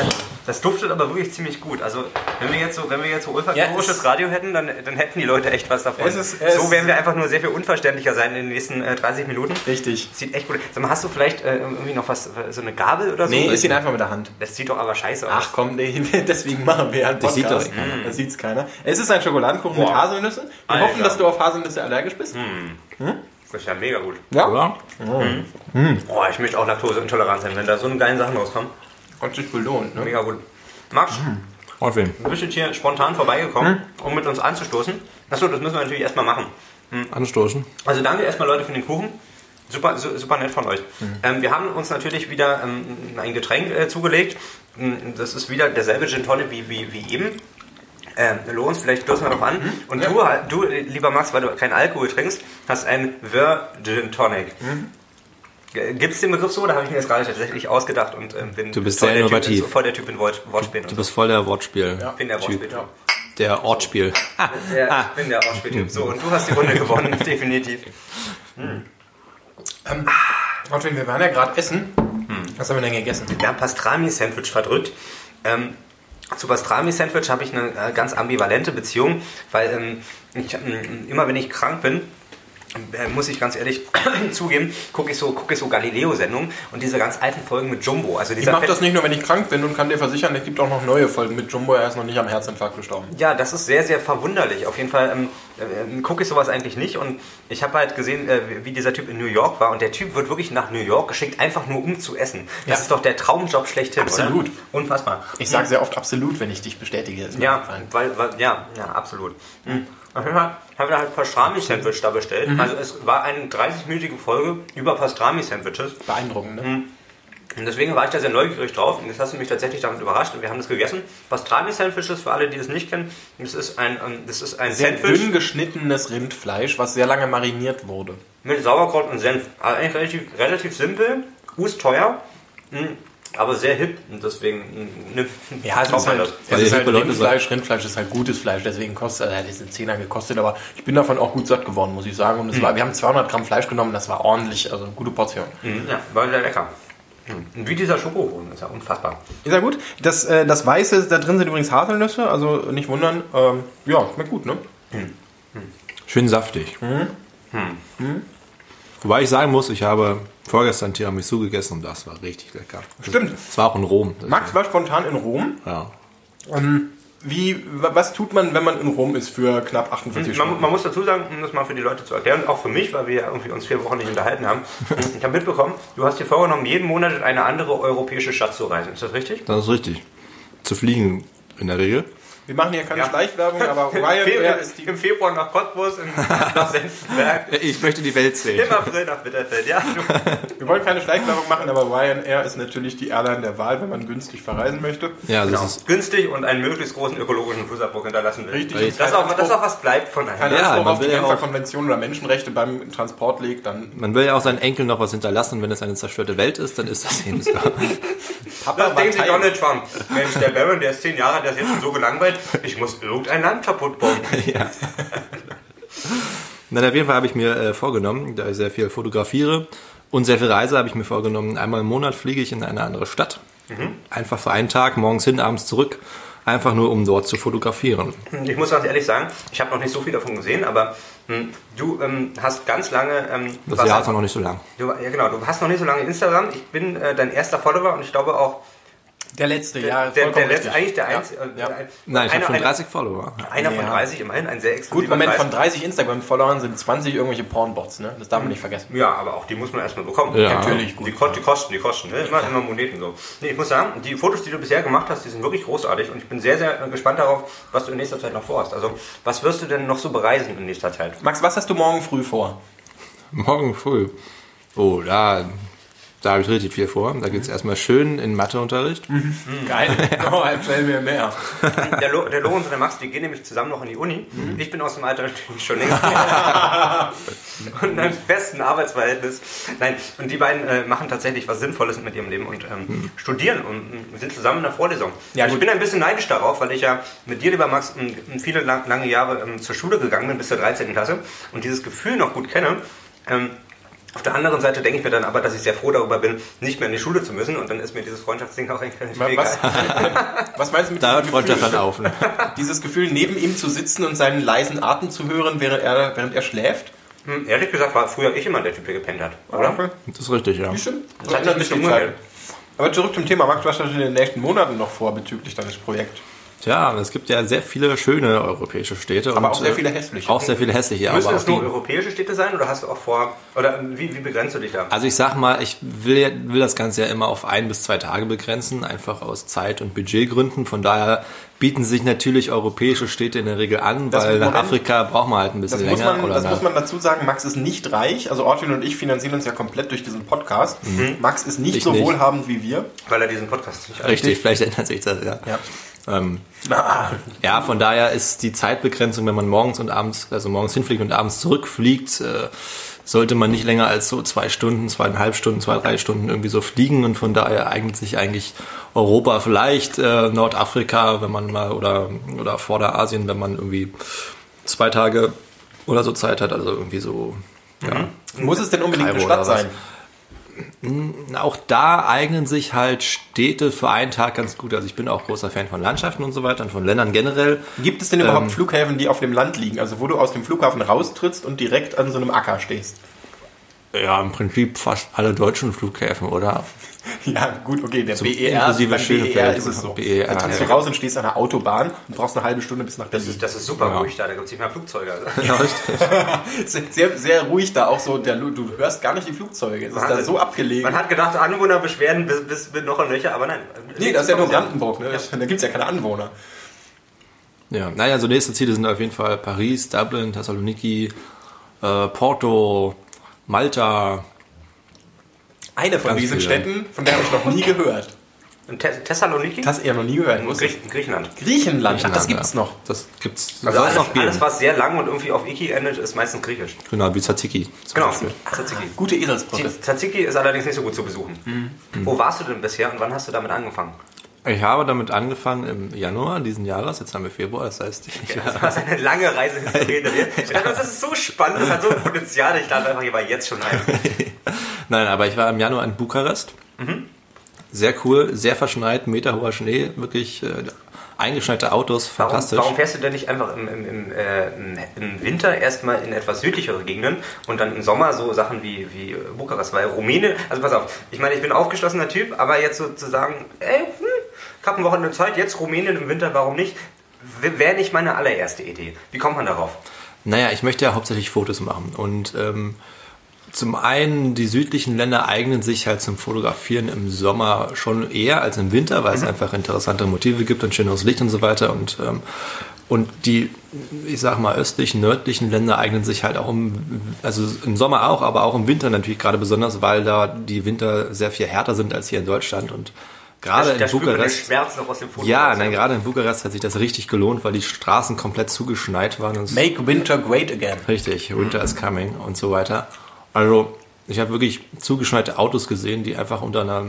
Speaker 1: das duftet aber wirklich ziemlich gut. Also, wenn wir jetzt so, wenn wir jetzt so
Speaker 6: Ja, es-
Speaker 1: olfaktorisches Radio hätten, dann, dann hätten die Leute echt was davon.
Speaker 6: Es ist- es-
Speaker 1: so werden wir einfach nur sehr viel unverständlicher sein in den nächsten äh, 30 Minuten.
Speaker 6: Richtig.
Speaker 1: Das sieht echt gut. aus. Sag mal, hast du vielleicht äh, irgendwie noch was, so eine Gabel oder so?
Speaker 6: Nee, ist ihn einfach mit der Hand.
Speaker 1: Das sieht doch aber scheiße aus.
Speaker 6: Ach komm, nee, <laughs> deswegen machen wir ja einen Podcast.
Speaker 8: Das sieht
Speaker 6: Das
Speaker 8: doch
Speaker 6: sieht keiner. Das sieht's keiner. Es ist ein Schokoladenkuchen mit
Speaker 1: Boah.
Speaker 6: Haselnüssen. Wir
Speaker 1: Alter.
Speaker 6: hoffen, dass du auf Haselnüsse allergisch bist.
Speaker 1: Das ist ja mega gut.
Speaker 8: Oder?
Speaker 1: Boah, ich möchte auch laktoseintolerant sein, wenn da so eine geilen Sachen rauskommen.
Speaker 6: Und dich belohnt, ne?
Speaker 1: Mega gut. Max,
Speaker 6: Mhm.
Speaker 8: Und wen?
Speaker 1: du bist jetzt hier spontan vorbeigekommen, um mit uns anzustoßen. Achso, das müssen wir natürlich erstmal machen.
Speaker 8: Anstoßen.
Speaker 1: Also danke erstmal Leute für den Kuchen. Super, su- super nett von euch.
Speaker 8: Mhm.
Speaker 1: Ähm, wir haben uns natürlich wieder ähm, ein Getränk äh, zugelegt. Mm, Das ist wieder derselbe Gin Tonic wie, wie, wie eben. Ähm, Lorenz, vielleicht stoßen wir noch an.
Speaker 8: Mhm.
Speaker 1: Und du, du, lieber Max, weil du keinen Alkohol trinkst, hast einen Virgin Tonic.
Speaker 8: Mhm.
Speaker 1: Gibt es den Begriff so? Da habe ich mir das gerade tatsächlich ausgedacht und ähm, bin
Speaker 8: Du bist
Speaker 1: voll
Speaker 8: sehr
Speaker 1: der typ,
Speaker 8: innovativ.
Speaker 1: so voll der Typ in Wort, Wortspielen.
Speaker 8: Du bist voll der Wortspiel.
Speaker 1: ich bin der
Speaker 8: Typ. Ah.
Speaker 1: Wortspiel. Ja.
Speaker 8: Der Ortspiel.
Speaker 1: Ja, ich bin der Wortspiel-Typ.
Speaker 8: <laughs>
Speaker 1: So, und du hast die Runde gewonnen, <laughs> definitiv.
Speaker 6: Ähm, Ortwin, wir waren ja gerade essen. Was haben wir denn gegessen?
Speaker 1: Wir haben Pastrami-Sandwich verdrückt. Ähm, zu Pastrami-Sandwich habe ich eine äh, ganz ambivalente Beziehung, weil ähm, ich, ähm, immer wenn ich krank bin, äh, muss ich ganz ehrlich <clears throat> zugeben, gucke ich so, guck ich so Galileo-Sendungen und diese ganz alten Folgen mit Jumbo. Also
Speaker 6: Ich
Speaker 1: dieser
Speaker 6: mache
Speaker 1: Fett-
Speaker 6: das nicht nur, wenn ich krank bin und kann dir versichern, es gibt auch noch neue Folgen mit Jumbo. Er ist noch nicht am Herzinfarkt gestorben.
Speaker 1: Ja, das ist sehr, sehr verwunderlich. Auf jeden Fall ähm, äh, gucke ich sowas eigentlich nicht. Und ich habe halt gesehen, äh, wie- wie dieser Typ in New York war. Und der Typ wird wirklich nach New York geschickt, einfach nur um zu essen. Das
Speaker 6: Ja.
Speaker 1: ist doch der Traumjob schlechthin,
Speaker 6: Absolut.
Speaker 1: oder? Unfassbar.
Speaker 6: Ich sage sehr oft absolut, wenn ich dich bestätige. ist mir
Speaker 1: Ja,
Speaker 6: aufgefallen.
Speaker 1: weil, weil, ja, ja, absolut. Mhm. Auf jeden Fall haben wir halt Pastrami-Sandwich da bestellt.
Speaker 6: Mhm.
Speaker 1: Also es war eine 30-minütige Folge über Pastrami-Sandwiches.
Speaker 6: Beeindruckend, ne?
Speaker 1: Und deswegen war ich da sehr neugierig drauf und jetzt hast du mich tatsächlich damit überrascht und wir haben das gegessen. Pastrami-Sandwiches, für alle, die das nicht kennen, das ist ein, ähm, das ist ein
Speaker 6: Sehr
Speaker 1: Sandwich
Speaker 6: dünn geschnittenes Rindfleisch, was sehr lange mariniert wurde.
Speaker 1: mit Sauerkraut und Senf. Also eigentlich relativ, relativ simpel, teuer, aber sehr hip und deswegen mm, ne, kauft man das.
Speaker 6: Es
Speaker 8: Weil
Speaker 6: ist
Speaker 8: die
Speaker 6: halt
Speaker 8: Leute
Speaker 6: Rindfleisch. Rindfleisch ist halt gutes Fleisch, deswegen kostet also hat jetzt einen Zehner gekostet, aber ich bin davon auch gut satt geworden, muss ich sagen. Und es war, wir haben 200 Gramm Fleisch genommen, das war ordentlich, also gute Portion.
Speaker 1: Hm, Ja, war sehr lecker.
Speaker 6: Hm.
Speaker 1: Und wie dieser Schokokuchen, ist ja unfassbar.
Speaker 6: Ist ja gut. Das, äh, das Weiße, da drin sind übrigens Haselnüsse, also nicht wundern. Ähm, ja, schmeckt gut, ne?
Speaker 8: Schön saftig. Mhm. Wobei ich sagen muss, ich habe vorgestern Tiramisu gegessen und das war richtig lecker.
Speaker 6: Stimmt.
Speaker 8: Es war auch in Rom.
Speaker 6: Max war spontan in Rom.
Speaker 8: Ja.
Speaker 6: Ähm, wie, wa- was tut man, wenn man in Rom ist für knapp 48
Speaker 1: Hm, Man,
Speaker 6: Stunden?
Speaker 1: man muss dazu sagen, um das mal für die Leute zu erklären, auch für mich, weil wir ja irgendwie uns vier Wochen nicht unterhalten haben. <laughs> Ich habe mitbekommen, du hast dir vorgenommen, jeden Monat in eine andere europäische Stadt zu reisen. Ist das richtig?
Speaker 8: Das ist richtig. Zu fliegen in der Regel.
Speaker 6: Wir machen hier keine
Speaker 1: Ja. <laughs>
Speaker 6: Schleichwerbung, aber
Speaker 1: Im
Speaker 6: Ryanair
Speaker 1: Februar,
Speaker 6: ist die...
Speaker 1: Im Februar nach Cottbus, im, <laughs> nach Senftenberg,
Speaker 8: Ich möchte die Welt sehen.
Speaker 1: im April nach Bitterfeld. Ja,
Speaker 6: Wir wollen keine Schleichwerbung machen, aber Ryanair ist natürlich die Airline der Wahl, wenn man günstig verreisen möchte.
Speaker 8: Ja, das
Speaker 1: genau.
Speaker 8: ist
Speaker 1: günstig und einen möglichst großen ökologischen Fußabdruck hinterlassen will.
Speaker 6: Richtig.
Speaker 8: Richtig.
Speaker 1: Dass auch, dass auch was bleibt von einem.
Speaker 6: Kein
Speaker 8: Ja,
Speaker 6: Anspruch
Speaker 8: man
Speaker 6: auf die
Speaker 8: will ja
Speaker 6: Genfer
Speaker 8: auch-
Speaker 6: Konvention oder Menschenrechte beim Transport legt, dann
Speaker 8: Man will ja auch seinen Enkeln noch was hinterlassen. und Wenn es eine zerstörte Welt ist, dann ist das eben so. <laughs>
Speaker 6: Papa
Speaker 1: Das denkt sich
Speaker 6: Teil-
Speaker 1: Donald Trump. Mensch, der Baron, der ist zehn Jahre, der ist jetzt schon so gelangweilt. Ich muss irgendein Land kaputt bauen.
Speaker 8: ja. Nein, auf jeden Fall habe ich mir äh, vorgenommen, da ich sehr viel fotografiere und sehr viel reise, habe ich mir vorgenommen, einmal im Monat fliege ich in eine andere Stadt. Einfach für einen Tag, morgens hin, abends zurück. Einfach nur, um dort zu fotografieren.
Speaker 1: Ich muss ganz ehrlich sagen, ich habe noch nicht so viel davon gesehen, aber hm, du ähm, hast ganz lange. Ähm,
Speaker 8: Das
Speaker 1: was-
Speaker 8: Jahr ist auch noch nicht so lang.
Speaker 1: du, ja, genau, du hast noch nicht so lange Instagram. Ich bin äh, dein erster Follower und ich glaube auch
Speaker 6: Der letzte, ja.
Speaker 1: der, der
Speaker 6: vollkommen
Speaker 1: letzte,
Speaker 6: richtig.
Speaker 1: eigentlich der
Speaker 6: Ja,
Speaker 1: einzige. äh,
Speaker 6: ja.
Speaker 1: ein-
Speaker 8: Nein, ich habe
Speaker 1: einer-
Speaker 8: schon
Speaker 1: einer-
Speaker 8: 30 Follower.
Speaker 1: Einer von
Speaker 6: Ja.
Speaker 1: 30, immerhin ein sehr
Speaker 6: Gut,
Speaker 1: exklusiver
Speaker 6: Moment,
Speaker 1: Preis.
Speaker 6: von 30 Instagram-Followern sind 20 irgendwelche Pornbots, ne? Das darf
Speaker 1: Mhm.
Speaker 6: man nicht vergessen.
Speaker 1: Ja, aber auch die muss man erstmal bekommen.
Speaker 8: Ja.
Speaker 6: Natürlich, gut.
Speaker 1: Die, ko- die kosten, die kosten, ne? immer, immer Moneten so. Nee, ich muss sagen, die Fotos, die du bisher gemacht hast, die sind wirklich großartig und ich bin sehr, sehr äh, gespannt darauf, was du in nächster Zeit noch vorhast. Also, was wirst du denn noch so bereisen in nächster Zeit?
Speaker 6: Max, was hast du morgen früh vor?
Speaker 8: Morgen früh. Oh, da, da habe ich richtig viel vor. Da geht es erstmal schön in Matheunterricht.
Speaker 6: Mhm.
Speaker 1: Mhm.
Speaker 6: Geil. <laughs> Oh, erzähl mir mehr.
Speaker 1: Der, Lo der Lorenz und der Max, die gehen nämlich zusammen noch in die Uni.
Speaker 6: Mhm.
Speaker 1: Ich bin aus dem Alter natürlich schon
Speaker 6: <laughs>
Speaker 1: längst. <laughs> und einem festen Arbeitsverhältnis. Nein, und die beiden äh, machen tatsächlich was Sinnvolles mit ihrem Leben und ähm, studieren und ähm, sind zusammen in der Vorlesung.
Speaker 6: Mhm.
Speaker 1: Also
Speaker 6: Ja,
Speaker 1: ich
Speaker 6: gut.
Speaker 1: bin ein bisschen neidisch darauf, weil ich ja mit dir, lieber Max, m, m, viele lang, lange Jahre ähm, zur Schule gegangen bin, bis zur 13. Klasse und dieses Gefühl noch gut kenne. Ähm, auf der anderen Seite denke ich mir dann aber, dass ich sehr froh darüber bin, nicht mehr in die Schule zu müssen und dann ist mir dieses Freundschaftsding auch eigentlich relativ egal.
Speaker 6: Was, was meinst du mit
Speaker 8: Da hört
Speaker 6: diesem
Speaker 8: Freundschaft
Speaker 6: Gefühl?
Speaker 8: dann auf. Ne?
Speaker 6: Dieses Gefühl, neben ihm zu sitzen und seinen leisen Atem zu hören, während er, während er schläft?
Speaker 1: Hm, Ehrlich gesagt war früher ich immer der Typ, der gepennt hat, oder?
Speaker 8: Das ist richtig, ja.
Speaker 6: Stimmt.
Speaker 1: Das hat sich ein bisschen umgekehrt.
Speaker 6: Aber zurück zum Thema. Max, was hast du in den nächsten Monaten noch vor bezüglich deines Projekts?
Speaker 8: Tja, es gibt ja sehr viele schöne europäische Städte.
Speaker 6: Aber
Speaker 8: und,
Speaker 6: auch sehr
Speaker 8: äh,
Speaker 6: viele hässliche.
Speaker 8: Auch sehr viele hässliche, aber
Speaker 1: Müssen
Speaker 8: auch
Speaker 1: das nur
Speaker 8: die-
Speaker 1: europäische Städte sein oder hast du auch vor, oder ähm, wie, wie begrenzt du dich da?
Speaker 8: Also ich sag mal, ich will, ja- will das Ganze ja immer auf ein bis zwei Tage begrenzen, einfach aus Zeit- und Budgetgründen. Von daher bieten sich natürlich europäische Städte in der Regel an,
Speaker 6: Das
Speaker 8: weil nach
Speaker 6: Moment-
Speaker 8: Afrika braucht man halt ein bisschen
Speaker 6: Das, muss
Speaker 8: länger.
Speaker 6: man,
Speaker 8: oder
Speaker 6: das
Speaker 8: nach-
Speaker 6: muss man dazu sagen, Max ist nicht reich. Also Ortin und ich finanzieren uns ja komplett durch diesen Podcast. Max ist nicht
Speaker 8: Mhm. Ich
Speaker 6: so
Speaker 8: nicht.
Speaker 6: wohlhabend wie wir.
Speaker 1: Weil er diesen Podcast nicht hat.
Speaker 8: Richtig, vielleicht ändert sich das, ja. Ähm, ja, von daher ist die Zeitbegrenzung, wenn man morgens und abends, also morgens hinfliegt und abends zurückfliegt, äh, sollte man nicht länger als so zwei Stunden, zweieinhalb Stunden, zwei, drei Stunden irgendwie so fliegen und von daher eignet sich eigentlich Europa vielleicht, äh, Nordafrika, wenn man mal, oder, oder Vorderasien, wenn man irgendwie zwei Tage oder so Zeit hat, also irgendwie so, ja.
Speaker 6: Muss es denn unbedingt
Speaker 8: Kairo
Speaker 6: eine Stadt
Speaker 8: Mhm. oder was?
Speaker 6: sein?
Speaker 8: Auch da eignen sich halt Städte für einen Tag ganz gut. Also ich bin auch großer Fan von Landschaften und so weiter und von Ländern generell.
Speaker 6: Gibt es denn
Speaker 8: Ähm.
Speaker 6: überhaupt Flughäfen, die auf dem Land liegen? Also wo du aus dem Flughafen raustrittst und direkt an so einem Acker stehst? <laughs>
Speaker 8: ja, im Prinzip fast alle deutschen Flughäfen, oder?
Speaker 6: Ja, gut, okay, der
Speaker 8: Zum
Speaker 6: BER,
Speaker 8: inklusive
Speaker 6: beim BER
Speaker 8: Schönefeld
Speaker 6: ist es so.
Speaker 8: und BER,
Speaker 6: da trittst
Speaker 8: ja.
Speaker 6: du raus und stehst an der Autobahn und brauchst eine halbe Stunde bis nach
Speaker 1: Das
Speaker 6: Berlin.
Speaker 1: ist, das ist super ruhig da, da gibt es nicht mehr Flugzeuge. Also.
Speaker 8: Ja, richtig.
Speaker 6: <laughs> sehr, sehr ruhig da, auch so, der, Lu- du hörst gar nicht die Flugzeuge, es ist da
Speaker 1: Wahnsinn.
Speaker 6: so abgelegen.
Speaker 1: Man hat gedacht, Anwohner beschweren bis, bis mit noch und nöcher, aber nein.
Speaker 6: nee, das ist ja nur Brandenburg, ne? da gibt es ja keine Anwohner.
Speaker 8: Ja, naja, so nächste Ziele sind auf jeden Fall Paris, Dublin, Thessaloniki, äh, Porto, Malta.
Speaker 6: Eine von
Speaker 8: Ganz
Speaker 6: diesen
Speaker 8: viele.
Speaker 6: Städten, von der habe ich noch nie gehört.
Speaker 1: In Thess- Thessaloniki?
Speaker 6: Das hast du ja noch nie gehört.
Speaker 1: In
Speaker 6: Wo ist
Speaker 1: Griech- Griechenland.
Speaker 6: das? Griechenland, ach, das
Speaker 8: Ja,
Speaker 6: gibt's noch.
Speaker 8: Das gibt's.
Speaker 1: Also
Speaker 8: soll
Speaker 1: alles,
Speaker 8: es noch geben.
Speaker 1: alles, was sehr lang und irgendwie auf Iki endet, ist meistens griechisch.
Speaker 8: Genau, wie Tzatziki. zum
Speaker 1: Genau,
Speaker 8: Beispiel.
Speaker 1: Tzatziki.
Speaker 6: Gute Eselsbrücke.
Speaker 1: Tzatziki ist allerdings nicht so gut zu besuchen.
Speaker 6: Mhm.
Speaker 1: Wo warst du denn bisher und wann hast du damit angefangen?
Speaker 8: Ich habe damit angefangen im Januar diesen Jahres, jetzt haben wir Februar, das heißt, <laughs> ich war
Speaker 1: Das war eine lange
Speaker 8: <laughs>
Speaker 1: Reise ins Reden. Ich dachte, das ist so spannend, das hat so ein Potenzial. Ich lade einfach hier jetzt schon ein.
Speaker 8: <laughs> Nein, aber ich war im Januar in Bukarest.
Speaker 1: Mhm.
Speaker 8: Sehr cool, sehr verschneit, meterhoher Schnee, wirklich äh, eingeschneite Autos,
Speaker 1: Warum,
Speaker 8: fantastisch.
Speaker 1: warum fährst du denn nicht einfach im, im, im, äh, im- im Winter erstmal in etwas südlichere Gegenden und dann im Sommer so Sachen wie, wie Bukarest? Weil Rumänien, also pass auf, ich meine, ich bin ein aufgeschlossener Typ, aber jetzt sozusagen, ey, hm, ich habe eine Wochenende Zeit, jetzt Rumänien im Winter, warum nicht? Wäre nicht meine allererste Idee. Wie kommt man darauf?
Speaker 8: Naja, ich möchte ja hauptsächlich Fotos machen. Und ähm, zum einen, die südlichen Länder eignen sich halt zum Fotografieren im Sommer schon eher als im Winter,
Speaker 1: Mhm.
Speaker 8: weil es einfach interessantere Motive gibt und schöneres Licht und so weiter. Und, ähm, und die, ich sag mal, östlichen, nördlichen Länder eignen sich halt auch im, also im Sommer auch, aber auch im Winter natürlich gerade besonders, weil da die Winter sehr viel härter sind als hier in Deutschland. Und gerade
Speaker 1: da
Speaker 8: in
Speaker 1: spürt man den
Speaker 8: Bukarest.
Speaker 1: Schmerz noch aus dem Foto.
Speaker 8: Ja, nein, gerade in Bukarest hat sich das richtig gelohnt, weil die Straßen komplett zugeschneit waren und es
Speaker 6: Make Winter Great Again.
Speaker 8: Richtig, Winter is coming und so weiter. Also, ich habe wirklich zugeschneite Autos gesehen, die einfach unter einer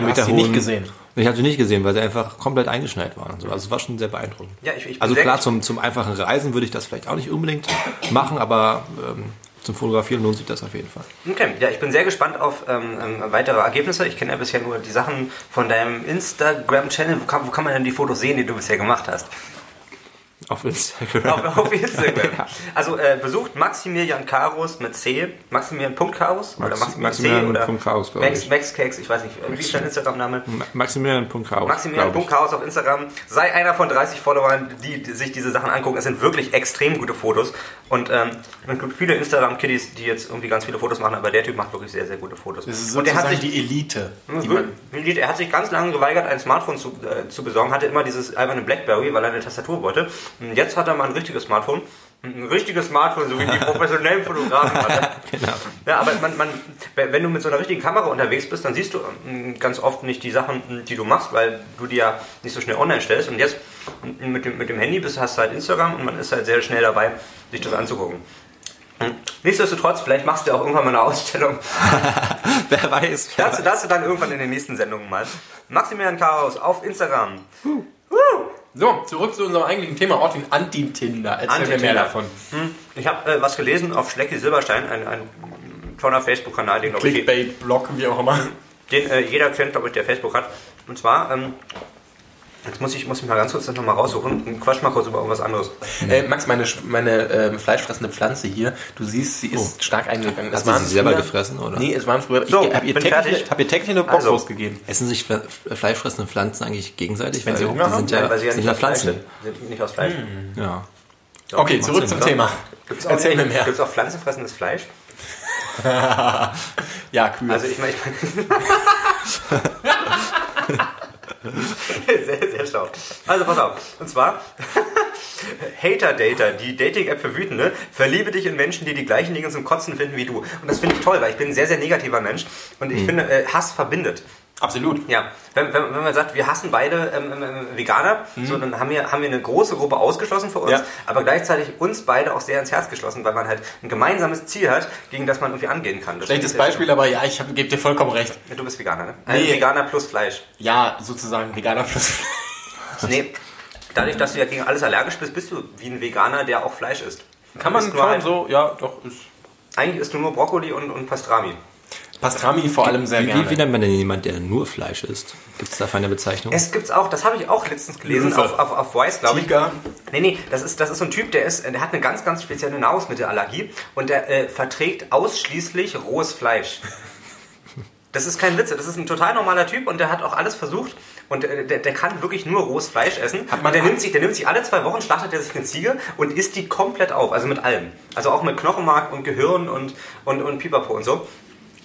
Speaker 6: Ja, du hast
Speaker 8: Meter
Speaker 6: sie
Speaker 8: hohen.
Speaker 6: nicht gesehen.
Speaker 8: Ich habe sie nicht gesehen, weil sie einfach komplett eingeschneit waren. Und so. Also, es war schon sehr beeindruckend.
Speaker 1: Ja, ich- ich bin
Speaker 8: also,
Speaker 1: sehr-
Speaker 8: klar, zum, zum einfachen Reisen würde ich das vielleicht auch nicht unbedingt machen, aber ähm, zum Fotografieren lohnt sich das auf jeden Fall.
Speaker 1: Okay, ja, ich bin sehr gespannt auf ähm, ähm, weitere Ergebnisse. Ich kenne ja bisher nur die Sachen von deinem Instagram-Channel. Wo kann, wo kann man denn die Fotos sehen, die du bisher gemacht
Speaker 8: <laughs>
Speaker 1: hast?
Speaker 8: Auf Instagram.
Speaker 1: Auf, auf Instagram. Also äh, besucht Maximilian Karus mit C. Maximilian.Karus oder
Speaker 8: Max-
Speaker 1: Maximilian, C
Speaker 8: Maximilian
Speaker 1: oder
Speaker 8: Punkt Karus, glaub
Speaker 1: Max,
Speaker 8: ich.
Speaker 1: Max Kex, ich weiß nicht, wie ist dein Instagram-Name?
Speaker 8: Ma- Maximilian.Kraus. glaub ich.
Speaker 1: Maximilian.Chaos auf Instagram. Sei einer von 30 Followern, die sich diese Sachen angucken. Es sind wirklich extrem gute Fotos. Und ähm, es gibt viele Instagram-Kiddies, die jetzt irgendwie ganz viele Fotos machen, aber der Typ macht wirklich sehr, sehr gute Fotos.
Speaker 6: Das ist
Speaker 1: Und der hat
Speaker 6: sozusagen
Speaker 1: sich
Speaker 6: die Elite. Die man,
Speaker 1: er hat sich ganz lange geweigert, ein Smartphone zu, äh, zu besorgen, hatte immer dieses alberne Blackberry, weil er eine Tastatur wollte. Und jetzt hat er mal ein richtiges Smartphone. Hm, Ein richtiges Smartphone, so wie die professionellen Fotografen. hatten.
Speaker 8: Genau.
Speaker 1: Ja, aber man, man, wenn du mit so einer richtigen Kamera unterwegs bist, dann siehst du ähm, ganz oft nicht die Sachen, ähm, die du machst, weil du die ja nicht so schnell online stellst. Und jetzt ähm, mit dem, mit dem Handy bist, hast du halt Instagram und man ist halt sehr schnell dabei, sich das anzugucken. Hm, Nichtsdestotrotz, vielleicht machst du ja auch irgendwann mal eine Ausstellung
Speaker 8: Wer weiß. Wer
Speaker 1: Dazu, dazu dann irgendwann in den nächsten Sendungen mal. Maximilian Chaos auf Instagram.
Speaker 6: So, zurück zu unserem eigentlichen Thema, Ortin Anti-Tinder. Erzähl mir
Speaker 1: Anti-Tinder.
Speaker 6: mehr davon.
Speaker 1: Hm, ich habe äh, was gelesen auf Schlecki Silberstein, ein, ein toller Facebook-Kanal, den, glaub ich, je-
Speaker 6: Clickbait, Blog, wie auch immer.
Speaker 1: den äh, jeder kennt, glaube ich, der Facebook hat. Und zwar, ähm, jetzt muss ich, muss ich mal ganz kurz das nochmal raussuchen und quatsch mal kurz über irgendwas anderes.
Speaker 6: Äh, Max, meine, Sch- meine ähm, fleischfressende Pflanze hier, du siehst, sie ist stark eingegangen.
Speaker 8: Hat sie sie selber gefressen, oder?
Speaker 6: Nee, es waren früher.
Speaker 1: So,
Speaker 6: ich hab ihr
Speaker 1: bin
Speaker 6: täglich,
Speaker 1: fertig.
Speaker 6: hab ihr täglich eine
Speaker 1: Also.
Speaker 6: Bockwurst gegeben.
Speaker 8: Essen sich fle- fleischfressende Pflanzen eigentlich gegenseitig?
Speaker 6: Wenn sie
Speaker 8: Weil
Speaker 6: Hunger
Speaker 8: die sind
Speaker 6: haben?
Speaker 8: ja,
Speaker 1: weil sie ja
Speaker 8: sind ja
Speaker 1: aus Fleisch
Speaker 8: Pflanzen.
Speaker 1: sind. Sind Nicht aus Fleisch.
Speaker 8: Ja.
Speaker 6: Okay, zurück
Speaker 8: Sinn,
Speaker 6: zum
Speaker 8: oder?
Speaker 6: Thema.
Speaker 1: Gibt's auch
Speaker 6: Erzähl mir
Speaker 1: nicht-
Speaker 6: mehr. <laughs>
Speaker 1: Gibt's auch pflanzenfressendes Fleisch?
Speaker 6: Ja, Kühe.
Speaker 1: Also ich meine, <laughs> ich mein- sehr, sehr schlau. Also pass auf. Und zwar <laughs> Hater Data, die Dating-App für Wütende. Verliebe dich in Menschen, die die gleichen Dinge zum Kotzen finden wie du. Und das finde ich toll, weil ich bin ein sehr, sehr negativer Mensch. Und
Speaker 6: Mhm.
Speaker 1: ich finde, äh, Hass verbindet.
Speaker 6: Absolut.
Speaker 1: Ja, wenn, wenn, wenn man sagt, wir hassen beide ähm, ähm, ähm, Veganer, so, dann haben wir, haben wir eine große Gruppe ausgeschlossen für uns,
Speaker 6: Mhm. Ja.
Speaker 1: aber gleichzeitig uns beide auch sehr ins Herz geschlossen, weil man halt ein gemeinsames Ziel hat, gegen das man irgendwie angehen kann. Das
Speaker 6: Schlechtes
Speaker 1: finde ich sehr
Speaker 6: Beispiel, aber ja, ich hab- geb dir vollkommen recht.
Speaker 1: schön. Du bist Veganer, ne? Ein
Speaker 6: Nee.
Speaker 1: Veganer plus
Speaker 6: <laughs>
Speaker 1: Fleisch.
Speaker 6: Ja, sozusagen veganer Fleisch.
Speaker 1: Nee, dadurch, dass du ja gegen alles allergisch bist, bist du wie ein Veganer, der auch Fleisch isst.
Speaker 6: Kann man
Speaker 1: Isst halt
Speaker 6: kaum
Speaker 1: ein-
Speaker 6: so, ja, doch, ist.
Speaker 1: Eigentlich isst du nur Brokkoli und, und Pastrami.
Speaker 6: Pastrami vor allem sehr
Speaker 8: Wie,
Speaker 6: gerne.
Speaker 8: wie, wie nennt man denn jemand, der nur Fleisch isst? Gibt es dafür eine Bezeichnung?
Speaker 1: Es gibt's auch, das habe ich auch letztens gelesen,
Speaker 6: Löwe.
Speaker 1: auf, auf, auf Vice, glaube ich.
Speaker 6: Tiger.
Speaker 1: Nee, nee, das ist, das ist so ein Typ, der ist, der hat eine ganz, ganz spezielle Nahrungsmittelallergie und der äh, verträgt ausschließlich rohes Fleisch. Das ist kein Witz, das ist ein total normaler Typ und der hat auch alles versucht und äh, der, der kann wirklich nur rohes Fleisch essen.
Speaker 6: Hat man-
Speaker 1: und der nimmt sich, der nimmt sich alle zwei Wochen, schlachtet er sich eine Ziege und isst die komplett auf, also mit allem. Also auch mit Knochenmark und Gehirn und, und, und Pipapo und so.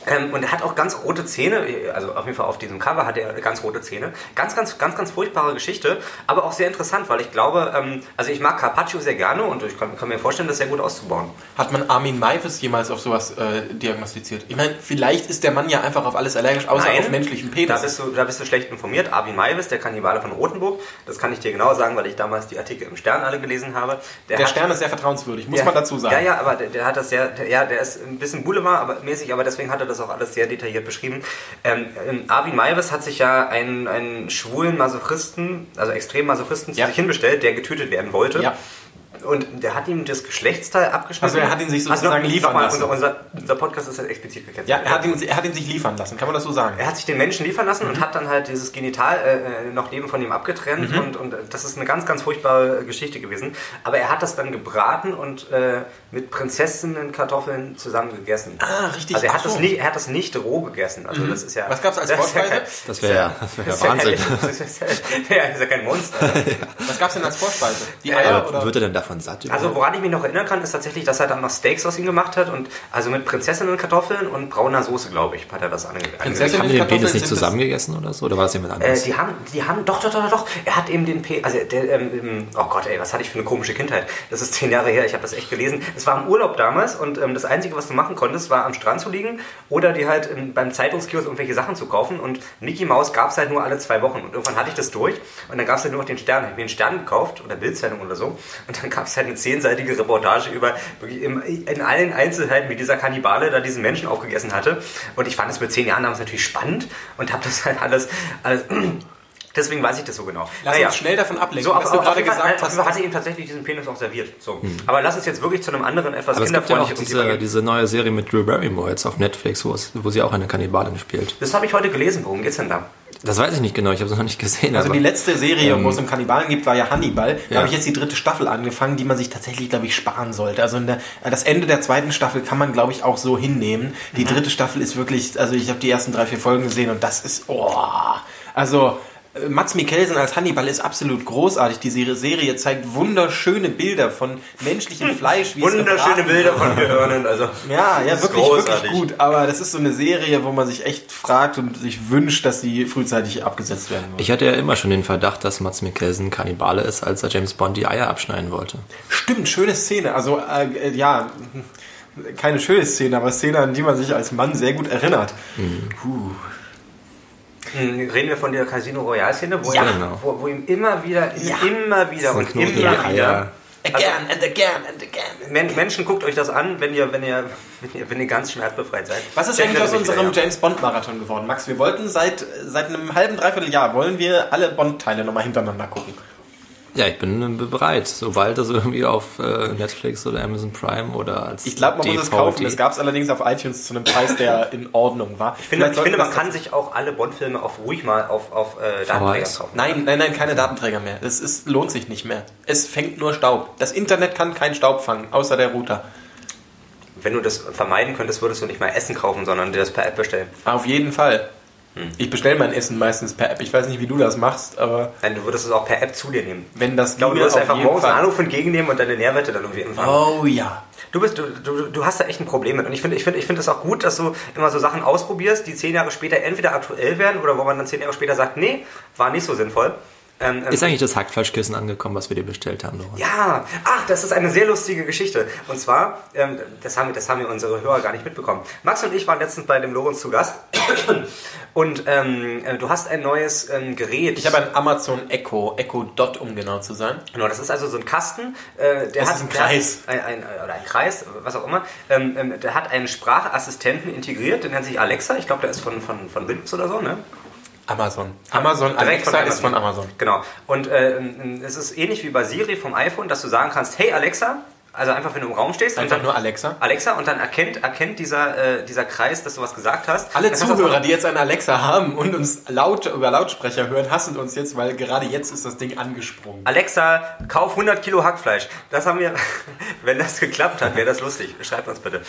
Speaker 1: Ähm, und er hat auch ganz rote Zähne, also auf jeden Fall auf diesem Cover hat er ganz rote Zähne. Ganz, ganz, ganz, ganz furchtbare Geschichte, aber auch sehr interessant, weil ich glaube, ähm, also ich mag Carpaccio sehr gerne und ich kann, kann mir vorstellen, das sehr gut auszubauen.
Speaker 6: Hat man Armin Meiwes jemals auf sowas äh, diagnostiziert? Ich meine, vielleicht ist der Mann ja einfach auf alles allergisch, außer auf menschlichen
Speaker 1: Da
Speaker 6: Penis.
Speaker 1: bist, du, da bist du schlecht informiert. Armin Maivis, der Kannibale von Rothenburg, das kann ich dir genau sagen, weil ich damals die Artikel im Stern alle gelesen habe.
Speaker 6: Der
Speaker 1: hat-
Speaker 6: Stern ist sehr vertrauenswürdig, muss
Speaker 1: der-
Speaker 6: man dazu sagen.
Speaker 1: Ja, ja, aber der, der hat das sehr, der, ja, der ist ein bisschen Boulevard aber, mäßig, aber deswegen hat er das auch alles sehr detailliert beschrieben. Ähm, ähm, Armin Maivis hat sich ja einen, einen schwulen Masochisten, also extrem Masochisten, zu
Speaker 6: Ja.
Speaker 1: sich hinbestellt, der getötet werden wollte.
Speaker 6: Ja.
Speaker 1: Und der hat ihm das Geschlechtsteil abgeschnitten.
Speaker 6: Also er hat ihn sich sozusagen
Speaker 1: noch-
Speaker 6: liefern
Speaker 1: nochmal,
Speaker 6: lassen.
Speaker 1: Unser, unser, unser Podcast ist halt explizit gekennzeichnet.
Speaker 6: Ja, er hat, ihn, er hat ihn sich liefern lassen, kann man das so sagen?
Speaker 1: Er hat sich den Menschen liefern lassen
Speaker 6: Mhm.
Speaker 1: und hat dann halt dieses Genital äh, äh, noch neben von ihm abgetrennt und, und äh, das ist eine ganz, ganz furchtbare Geschichte gewesen. Aber er hat das dann gebraten und äh, mit Prinzessinnenkartoffeln zusammen gegessen.
Speaker 6: Ah, richtig.
Speaker 1: Also er
Speaker 6: Ach
Speaker 1: hat,
Speaker 6: so. Mhm.
Speaker 1: das nicht, er hat das nicht roh gegessen. Also das ist ja,
Speaker 6: Was gab's
Speaker 1: <laughs>
Speaker 6: als
Speaker 1: das ist ja
Speaker 6: Vorspeise?
Speaker 1: kein-
Speaker 8: das wäre ja, das wär ja
Speaker 1: das ist ja
Speaker 8: Wahnsinn.
Speaker 1: kein- <laughs> das ist ja- Ja, das ist ja kein Monster.
Speaker 6: Was gab's denn als Vorspeise? Die Eier
Speaker 8: Aber
Speaker 6: oder?
Speaker 8: wird er denn davon satt?
Speaker 1: Also woran ich mich noch erinnern kann, ist tatsächlich, dass er dann noch Steaks aus ihm gemacht hat und also mit Prinzessinnenkartoffeln und brauner Soße, glaube ich, hat er das ange angesetzt.
Speaker 8: haben die den Penis nicht
Speaker 6: sind das-
Speaker 8: zusammengegessen oder so? Oder war das jemand
Speaker 1: Äh,
Speaker 8: anderes?
Speaker 1: die haben, die haben, doch, doch, doch, doch, doch. Er hat eben den P, also der, ähm, ähm, oh Gott, ey, was hatte ich für eine komische Kindheit. Das ist zehn Jahre her, ich habe das echt gelesen. Es war im Urlaub damals und ähm, das Einzige, was du machen konntest, war am Strand zu liegen oder dir halt ähm, beim Zeitungskiosk irgendwelche Sachen zu kaufen. Und Mickey Mouse gab es halt nur alle zwei Wochen. Und irgendwann hatte ich das durch und dann gab es halt nur noch den Stern. Ich habe mir den Stern gekauft oder Bildzeitung oder so. Und dann gab es halt eine zehnseitige Reportage über wirklich im, in allen Einzelheiten, wie dieser Kannibale da diesen Menschen aufgegessen hatte. Und ich fand es mit zehn Jahren damals natürlich spannend und habe das halt alles, alles Deswegen weiß ich das so genau.
Speaker 6: Lass uns schnell davon ablenken,
Speaker 1: so,
Speaker 6: was
Speaker 1: aber,
Speaker 6: du Hm.
Speaker 1: aber
Speaker 6: gerade
Speaker 1: auf jeden Fall,
Speaker 6: gesagt
Speaker 1: auf jeden
Speaker 6: hast.
Speaker 1: Fall hatte ihm tatsächlich diesen Penis auch serviert. So. Aber lass uns jetzt wirklich zu einem anderen, etwas
Speaker 8: Aber es gibt ja auch
Speaker 1: kinderfreundlichen
Speaker 8: diese, diese neue Serie mit Drew Barrymore jetzt auf Netflix, wo, es, wo sie auch eine Kannibalin spielt.
Speaker 1: Das habe ich heute gelesen. Worum geht's denn da?
Speaker 8: Das weiß ich nicht genau, ich habe es noch nicht gesehen.
Speaker 6: Also
Speaker 8: aber
Speaker 6: die letzte Serie,
Speaker 1: Ähm,
Speaker 6: wo es um Kannibalen gibt, war ja Hannibal. Da
Speaker 8: Ja.
Speaker 6: habe ich jetzt die dritte Staffel angefangen, die man sich tatsächlich, glaube ich, sparen sollte. Also in der, das Ende der zweiten Staffel kann man, glaube ich, auch so hinnehmen.
Speaker 1: Mhm.
Speaker 6: Die dritte Staffel ist wirklich, also ich habe die ersten drei, vier Folgen gesehen und das ist, oh, also... äh, Mats Mikkelsen als Hannibal ist absolut großartig. Die Serie- Serie zeigt wunderschöne Bilder von menschlichem Fleisch. wie es
Speaker 1: Hm. Wunderschöne
Speaker 6: gebraten
Speaker 1: Bilder von Gehirnen. Also,
Speaker 6: <laughs> ja, ja,
Speaker 1: das ist
Speaker 6: wirklich,
Speaker 1: großartig.
Speaker 6: wirklich gut. Aber das ist so eine Serie, wo man sich echt fragt und sich wünscht, dass die frühzeitig abgesetzt werden wird.
Speaker 8: ich hatte ja immer schon den Verdacht, dass Mats Mikkelsen Kannibale ist, als er James Bond die Eier abschneiden wollte.
Speaker 6: Stimmt, schöne Szene. Also, äh, äh, ja, keine schöne Szene, aber Szene, an die man sich als Mann sehr gut erinnert.
Speaker 1: Mhm.
Speaker 6: Puh.
Speaker 1: Hm, Reden wir von der Casino Royale Szene, wo,
Speaker 6: Ja,
Speaker 1: er-
Speaker 8: genau.
Speaker 1: wo, wo ihm immer wieder,
Speaker 6: Ja.
Speaker 1: immer wieder und immer
Speaker 8: knurrige
Speaker 1: wieder.
Speaker 8: Eier.
Speaker 6: Again and again and again.
Speaker 1: Men Menschen, guckt euch das an, wenn ihr, wenn ihr, <laughs> wenn ihr, wenn ihr ganz schmerzbefreit seid.
Speaker 6: Was ist
Speaker 1: Checkt
Speaker 6: eigentlich aus
Speaker 1: das nicht,
Speaker 6: unserem
Speaker 1: ja.
Speaker 6: James Bond Marathon geworden, Max? Wir wollten seit, seit einem halben, dreiviertel Jahr, wollen wir alle Bond-Teile nochmal hintereinander gucken.
Speaker 8: Ja, ich bin äh, bereit, sobald das irgendwie auf äh, Netflix oder Amazon Prime oder als
Speaker 6: Ich glaube, man muss es
Speaker 8: DVD.
Speaker 6: kaufen. Es gab es allerdings auf iTunes zu einem
Speaker 1: <laughs>
Speaker 6: Preis, der in Ordnung war.
Speaker 1: Ich finde, ich finde, man kann sich auch alle Bond-Filme auf ruhig mal auf, auf äh, Datenträger
Speaker 8: VHS.
Speaker 1: kaufen.
Speaker 6: Nein, nein, nein, keine Datenträger mehr. Das ist, lohnt sich nicht mehr. Es fängt nur Staub. Das Internet kann keinen Staub fangen, außer der Router.
Speaker 1: Wenn du das vermeiden könntest, würdest du nicht mal Essen kaufen, sondern dir das per App bestellen.
Speaker 6: Ah, Auf jeden Fall.
Speaker 1: Hm.
Speaker 6: Ich bestelle mein Essen meistens per App. Ich weiß nicht, wie du das machst, aber
Speaker 1: Nein, du würdest es auch per App zu dir nehmen.
Speaker 6: wenn das
Speaker 1: Ich glaube, du
Speaker 6: ginge,
Speaker 1: würdest einfach
Speaker 6: jeden
Speaker 1: morgens einen
Speaker 6: Fall.
Speaker 1: Anruf entgegennehmen und deine Nährwerte dann irgendwie empfangen.
Speaker 6: Oh ja.
Speaker 1: Du, bist, du, du, du hast da echt ein Problem mit. Und ich finde ich finde, ich finde es auch gut, dass du immer so Sachen ausprobierst, die zehn Jahre später entweder aktuell werden oder wo man dann zehn Jahre später sagt, nee, war nicht so sinnvoll. Ähm, ähm,
Speaker 8: Ist eigentlich das Hackfleischkissen angekommen, was wir dir bestellt haben,
Speaker 6: äh,
Speaker 8: Doron?
Speaker 1: Ja, ach, das ist eine sehr lustige Geschichte. Und zwar, ähm, das, haben, wir- das haben wir unsere Hörer gar nicht mitbekommen. Max und ich waren letztens bei dem Lorenz zu Gast. <coughs> Und ähm, äh, du hast ein neues ähm, Gerät.
Speaker 6: Ich habe ein Amazon Echo, Echo Dot, um genau zu sein.
Speaker 1: Genau, das ist also so ein Kasten, äh, der
Speaker 6: Das
Speaker 1: hat
Speaker 6: ist ein
Speaker 1: der hat
Speaker 6: Kreis.
Speaker 1: Ein, ein, oder ein Kreis, was auch immer. Ähm, ähm, der hat einen Sprachassistenten integriert, der nennt sich Alexa. Ich glaube, der ist von, von, von Windows oder so, ne?
Speaker 6: Amazon. Amazon
Speaker 1: Direkt
Speaker 6: Alexa ist von Amazon.
Speaker 1: äh, Genau. Und ähm, es ist ähnlich wie bei Siri vom iPhone, dass du sagen kannst, hey Alexa, Also einfach, wenn du im Raum stehst. und
Speaker 6: Einfach
Speaker 1: dann-
Speaker 6: nur Alexa.
Speaker 1: Alexa und dann erkennt, erkennt dieser, äh, dieser Kreis, dass du was gesagt hast.
Speaker 6: Alle
Speaker 1: Dann kannst du das
Speaker 6: Zuhörer,
Speaker 1: machen.
Speaker 6: die jetzt eine Alexa haben und uns laut über Lautsprecher hören, hassen uns jetzt, weil gerade jetzt ist das Ding angesprungen.
Speaker 1: Alexa, kauf 100 Kilo Hackfleisch. Das haben wir, <laughs> wenn das geklappt hat, wäre das lustig. Schreibt uns bitte.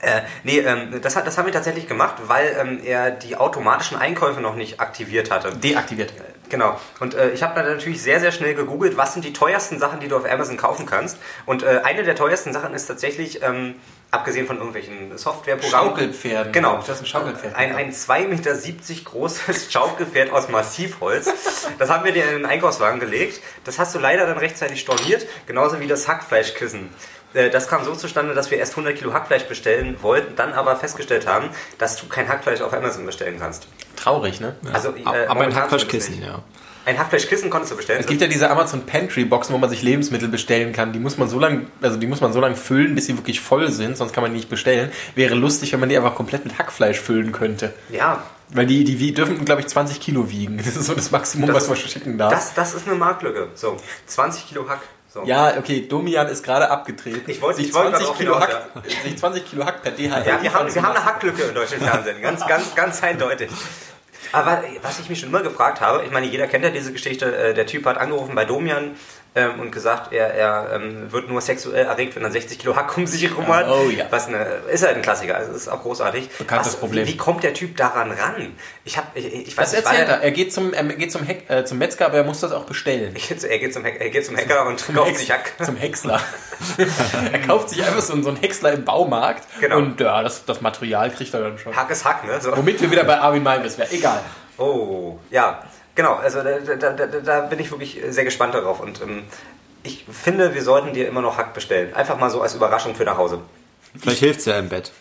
Speaker 1: Äh, nee, ähm, das, hat, das haben wir tatsächlich gemacht, weil ähm, er die automatischen Einkäufe noch nicht aktiviert hatte.
Speaker 6: Deaktiviert.
Speaker 1: Genau. Und äh, ich habe dann natürlich sehr, sehr schnell gegoogelt, was sind die teuersten Sachen, die du auf Amazon kaufen kannst. Und äh, eine der teuersten Sachen ist tatsächlich, ähm, abgesehen von irgendwelchen Softwareprogrammen.
Speaker 6: Schaukelpferden.
Speaker 1: Genau.
Speaker 6: Das ist ein Schaukelpferd.
Speaker 1: Ein, ein 2,70 Meter großes <laughs> Schaukelpferd aus Massivholz. Das haben wir dir in den Einkaufswagen gelegt. Das hast du leider dann rechtzeitig storniert, genauso wie das Hackfleischkissen. Äh, Das kam so zustande, dass wir erst 100 Kilo Hackfleisch bestellen wollten, dann aber festgestellt haben, dass du kein Hackfleisch auf Amazon bestellen kannst.
Speaker 6: Traurig, ne?
Speaker 1: Also, äh,
Speaker 8: Ab- aber ein
Speaker 1: momentan
Speaker 8: Hackfleischkissen,
Speaker 1: zumindest
Speaker 8: ja.
Speaker 1: nicht. Ein Hackfleischkissen konntest du bestellen.
Speaker 6: Es gibt ja diese Amazon Pantry Boxen, wo man sich Lebensmittel bestellen kann. Die muss man so lange, also die muss man so lange füllen, bis sie wirklich voll sind, sonst kann man die nicht bestellen. Wäre lustig, wenn man die einfach komplett mit Hackfleisch füllen könnte.
Speaker 1: ja,
Speaker 6: Weil die, die wie- dürfen, glaube ich, 20 Kilo wiegen. <laughs> Das ist so das Maximum, was man schicken darf.
Speaker 1: das, das ist eine Marktlücke. So, 20 Kilo Hack. So.
Speaker 6: ja, okay, Domian ist gerade abgetreten.
Speaker 1: Ich wollte-
Speaker 6: Sich
Speaker 1: ich wollte gerade
Speaker 6: 20
Speaker 1: auch
Speaker 6: Kilo
Speaker 1: hinaus,
Speaker 6: Hack, sich 20 Kilo Hack per DHL.
Speaker 1: Ja, wir haben, wir haben eine Hacklücke im deutschen Fernsehen. Ganz, ganz, ganz eindeutig. Aber was ich mich schon immer gefragt habe, ich meine, jeder kennt ja diese Geschichte, äh, der Typ hat angerufen bei Domian ähm, und gesagt, er, er ähm, wird nur sexuell erregt, wenn er 60 Kilo Hack um sich herum hat.
Speaker 6: Oh ja.
Speaker 1: Was eine, ist halt ein Klassiker, also ist auch großartig.
Speaker 6: Bekanntes Problem.
Speaker 1: Wie, wie kommt der Typ daran ran? Ich habe, ich, ich weiß
Speaker 6: Das
Speaker 1: nicht, war
Speaker 6: erzählt
Speaker 1: der-
Speaker 6: er. Er geht zum, er geht zum, Heck, äh, zum Metzger, aber er muss das auch bestellen.
Speaker 1: Er geht zum, Hack- er geht zum Hacker und kauft sich Hack.
Speaker 6: Zum Häcksler. er kauft sich einfach so, so einen Häcksler im Baumarkt
Speaker 1: Genau.
Speaker 6: und ja, das, das Material kriegt er dann schon.
Speaker 1: Hack ist Hack, ne? So.
Speaker 6: Womit wir wieder bei Armin Meiwes wären. Egal.
Speaker 1: Oh, ja, genau. Also da, da, da, da bin ich wirklich sehr gespannt darauf. Und ähm, ich finde, wir sollten dir immer noch Hack bestellen. Einfach mal so als Überraschung für nach Hause.
Speaker 8: Vielleicht hilft es ja im
Speaker 6: <laughs>
Speaker 8: Bett.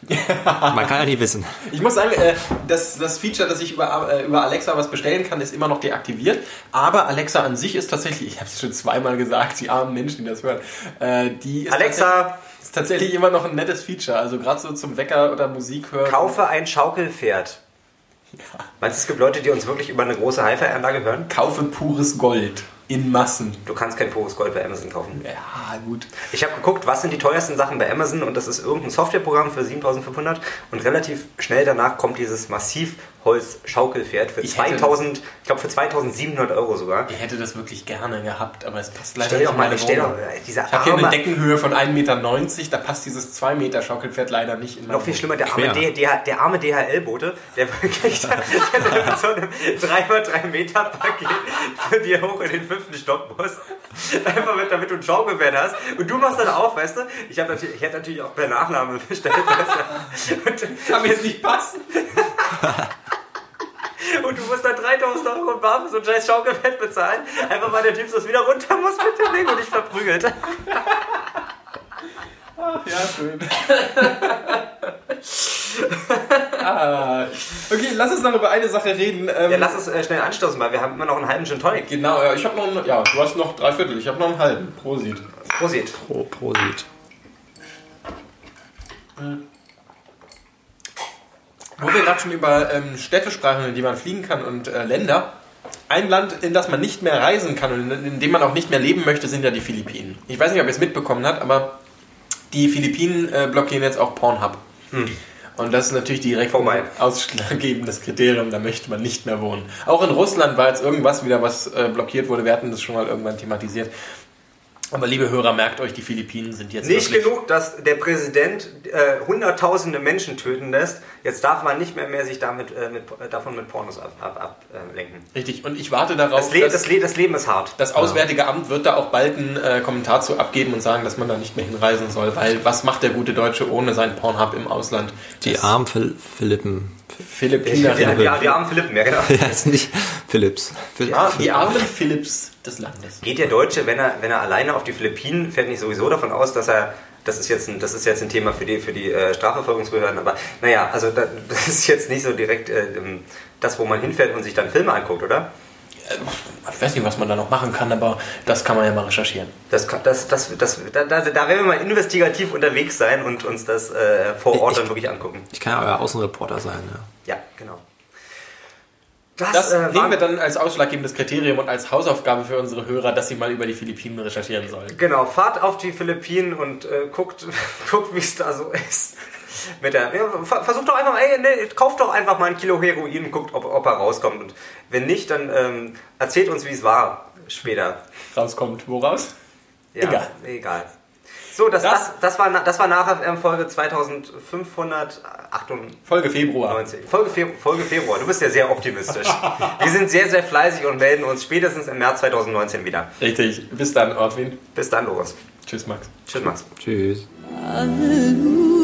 Speaker 8: Man kann ja nie wissen.
Speaker 6: Ich muss sagen, äh, das, das Feature, dass ich über, äh, über Alexa was bestellen kann, ist immer noch deaktiviert. Aber Alexa an sich ist tatsächlich, ich habe es schon zweimal gesagt, die armen Menschen, die das hören, äh, die ist
Speaker 1: Alexa,
Speaker 6: tatsächlich, ist tatsächlich immer noch ein nettes Feature. Also gerade so zum Wecker oder Musik hören.
Speaker 1: kaufe ein Schaukelpferd. Meinst du, es gibt Leute, die uns wirklich über eine große Hi-Fi-Anlage hören?
Speaker 6: Kaufe pures Gold in Massen.
Speaker 1: Du kannst kein pures Gold bei Amazon kaufen.
Speaker 6: Ja, gut.
Speaker 1: Ich habe geguckt, was sind die teuersten Sachen bei Amazon und das ist irgendein Softwareprogramm für 7500 und relativ schnell danach kommt dieses Massivholz-Schaukelpferd für
Speaker 6: Ich hätte-
Speaker 1: 2000, ich glaube für 2700 Euro sogar.
Speaker 6: Ich hätte das wirklich gerne gehabt, aber es passt leider
Speaker 1: Stell
Speaker 6: nicht
Speaker 1: doch
Speaker 6: in
Speaker 1: mal,
Speaker 6: meine
Speaker 1: stell doch, äh,
Speaker 6: Wohnung.
Speaker 1: diese
Speaker 6: Ich habe hier eine
Speaker 1: arme-
Speaker 6: Deckenhöhe von 1,90 Meter, da passt dieses 2 Meter Schaukelpferd leider nicht in meine
Speaker 1: Noch viel schlimmer, der arme,
Speaker 8: Quer.
Speaker 1: D, der, der arme DHL-Bote, der wirklich <laughs> da- der mit so einem 3x3-Meter-Paket für dir hoch in den fünften Stock muss. Einfach mit, damit du ein Schaukelpferd hast. Und du machst dann auf, weißt du? Ich, hab natürlich, ich hätte natürlich auch per Nachname bestellt. Weißt du?
Speaker 6: <laughs> Kann mir jetzt nicht passen.
Speaker 1: und, und du musst dann 3000 Euro und Bar für so ein scheiß Schaukelpferd bezahlen. Einfach weil der Typ das wieder runter muss mit dem Ding und dich verprügelt.
Speaker 6: Ja, schön. ah. Okay, lass uns noch über eine Sache reden. Ähm,
Speaker 1: Ja, lass es äh, schnell anstoßen, weil wir haben immer noch einen halben Gin Tonic.
Speaker 6: Genau, ja, ich habe noch einen, ja, du hast noch drei Viertel, ich habe noch einen halben. Prosit.
Speaker 1: Prosit.
Speaker 8: Pro, Prosit.
Speaker 6: Wo wir gerade schon über ähm, Städte sprachen, in die man fliegen kann und äh, Länder. Ein Land, in das man nicht mehr reisen kann und in, in dem man auch nicht mehr leben möchte, sind ja die Philippinen. Ich weiß nicht, ob ihr es mitbekommen habt, aber die Philippinen äh, blockieren jetzt auch Pornhub. Und das ist natürlich direkt
Speaker 1: Hm. Vorbei.
Speaker 6: ein ausschlaggebendes Kriterium, da möchte man nicht mehr wohnen. Auch in Russland war jetzt irgendwas wieder, was äh, blockiert wurde. Wir hatten das schon mal irgendwann thematisiert. Aber liebe Hörer, merkt euch, die Philippinen sind jetzt
Speaker 1: Nicht
Speaker 6: wirklich-
Speaker 1: genug, dass der Präsident äh, hunderttausende Menschen töten lässt. Jetzt darf man nicht mehr, mehr sich damit, äh, mit, äh, davon mit Pornos ablenken. Ab, ab, äh, lenken.
Speaker 6: Richtig, und ich warte darauf,
Speaker 1: das, Le das, Le das Leben ist hart.
Speaker 6: Das Auswärtige Amt wird da auch bald einen äh, Kommentar zu abgeben und sagen, dass man da nicht mehr hinreisen soll, weil was macht der gute Deutsche ohne seinen Pornhub im Ausland?
Speaker 8: Die armen Phil Philippen. <laughs>
Speaker 6: Philippiner.
Speaker 1: ja, die, die armen Philippen, ja genau.
Speaker 8: Ja, ist nicht Philips. Phil
Speaker 6: Ah, die armen Philips des Landes.
Speaker 1: Geht der Deutsche, wenn er, wenn er alleine auf die Philippinen fährt, nicht sowieso davon aus, dass er. Das ist jetzt ein, das ist jetzt ein Thema für die, für die äh, Strafverfolgungsbehörden, aber naja, also da, das ist jetzt nicht so direkt äh, ähm, das, wo man hinfährt und sich dann Filme anguckt, oder?
Speaker 6: Ich weiß nicht, was man da noch machen kann, aber das kann man ja mal recherchieren.
Speaker 1: Das, kann- das, das, das, da, da, da werden wir mal investigativ unterwegs sein und uns das äh, vor Ort dann wirklich angucken.
Speaker 8: Ich kann ja euer Außenreporter sein, ja.
Speaker 1: Ja, genau.
Speaker 6: Das äh, nehmen wir dann als ausschlaggebendes Kriterium und als Hausaufgabe für unsere Hörer, dass sie mal über die Philippinen recherchieren sollen.
Speaker 1: Genau, fahrt auf die Philippinen und äh, guckt, <laughs> guckt wie es da so ist. Mit der, ja, ver- versucht doch einfach, ey, ne, kauft doch einfach mal ein Kilo Heroin und guckt, ob, ob er rauskommt. Und wenn nicht, dann ähm, erzählt uns, wie es war später.
Speaker 6: Rauskommt woraus?
Speaker 1: Ja,
Speaker 6: Egal.
Speaker 1: egal. So, das, das,
Speaker 6: Das-
Speaker 1: das, war, na- das war nachher ähm, Folge 2598.
Speaker 6: Folge Februar.
Speaker 1: 19. Folge, Fe Folge Februar. Du bist ja sehr optimistisch. Wir sind sehr, sehr fleißig und melden uns spätestens im März 2019 wieder.
Speaker 6: Richtig. Bis dann, Ortwin.
Speaker 1: Bis dann, Loris.
Speaker 6: Tschüss, Max.
Speaker 1: Tschüss, Max.
Speaker 9: Tschüss.
Speaker 10: Halleluja.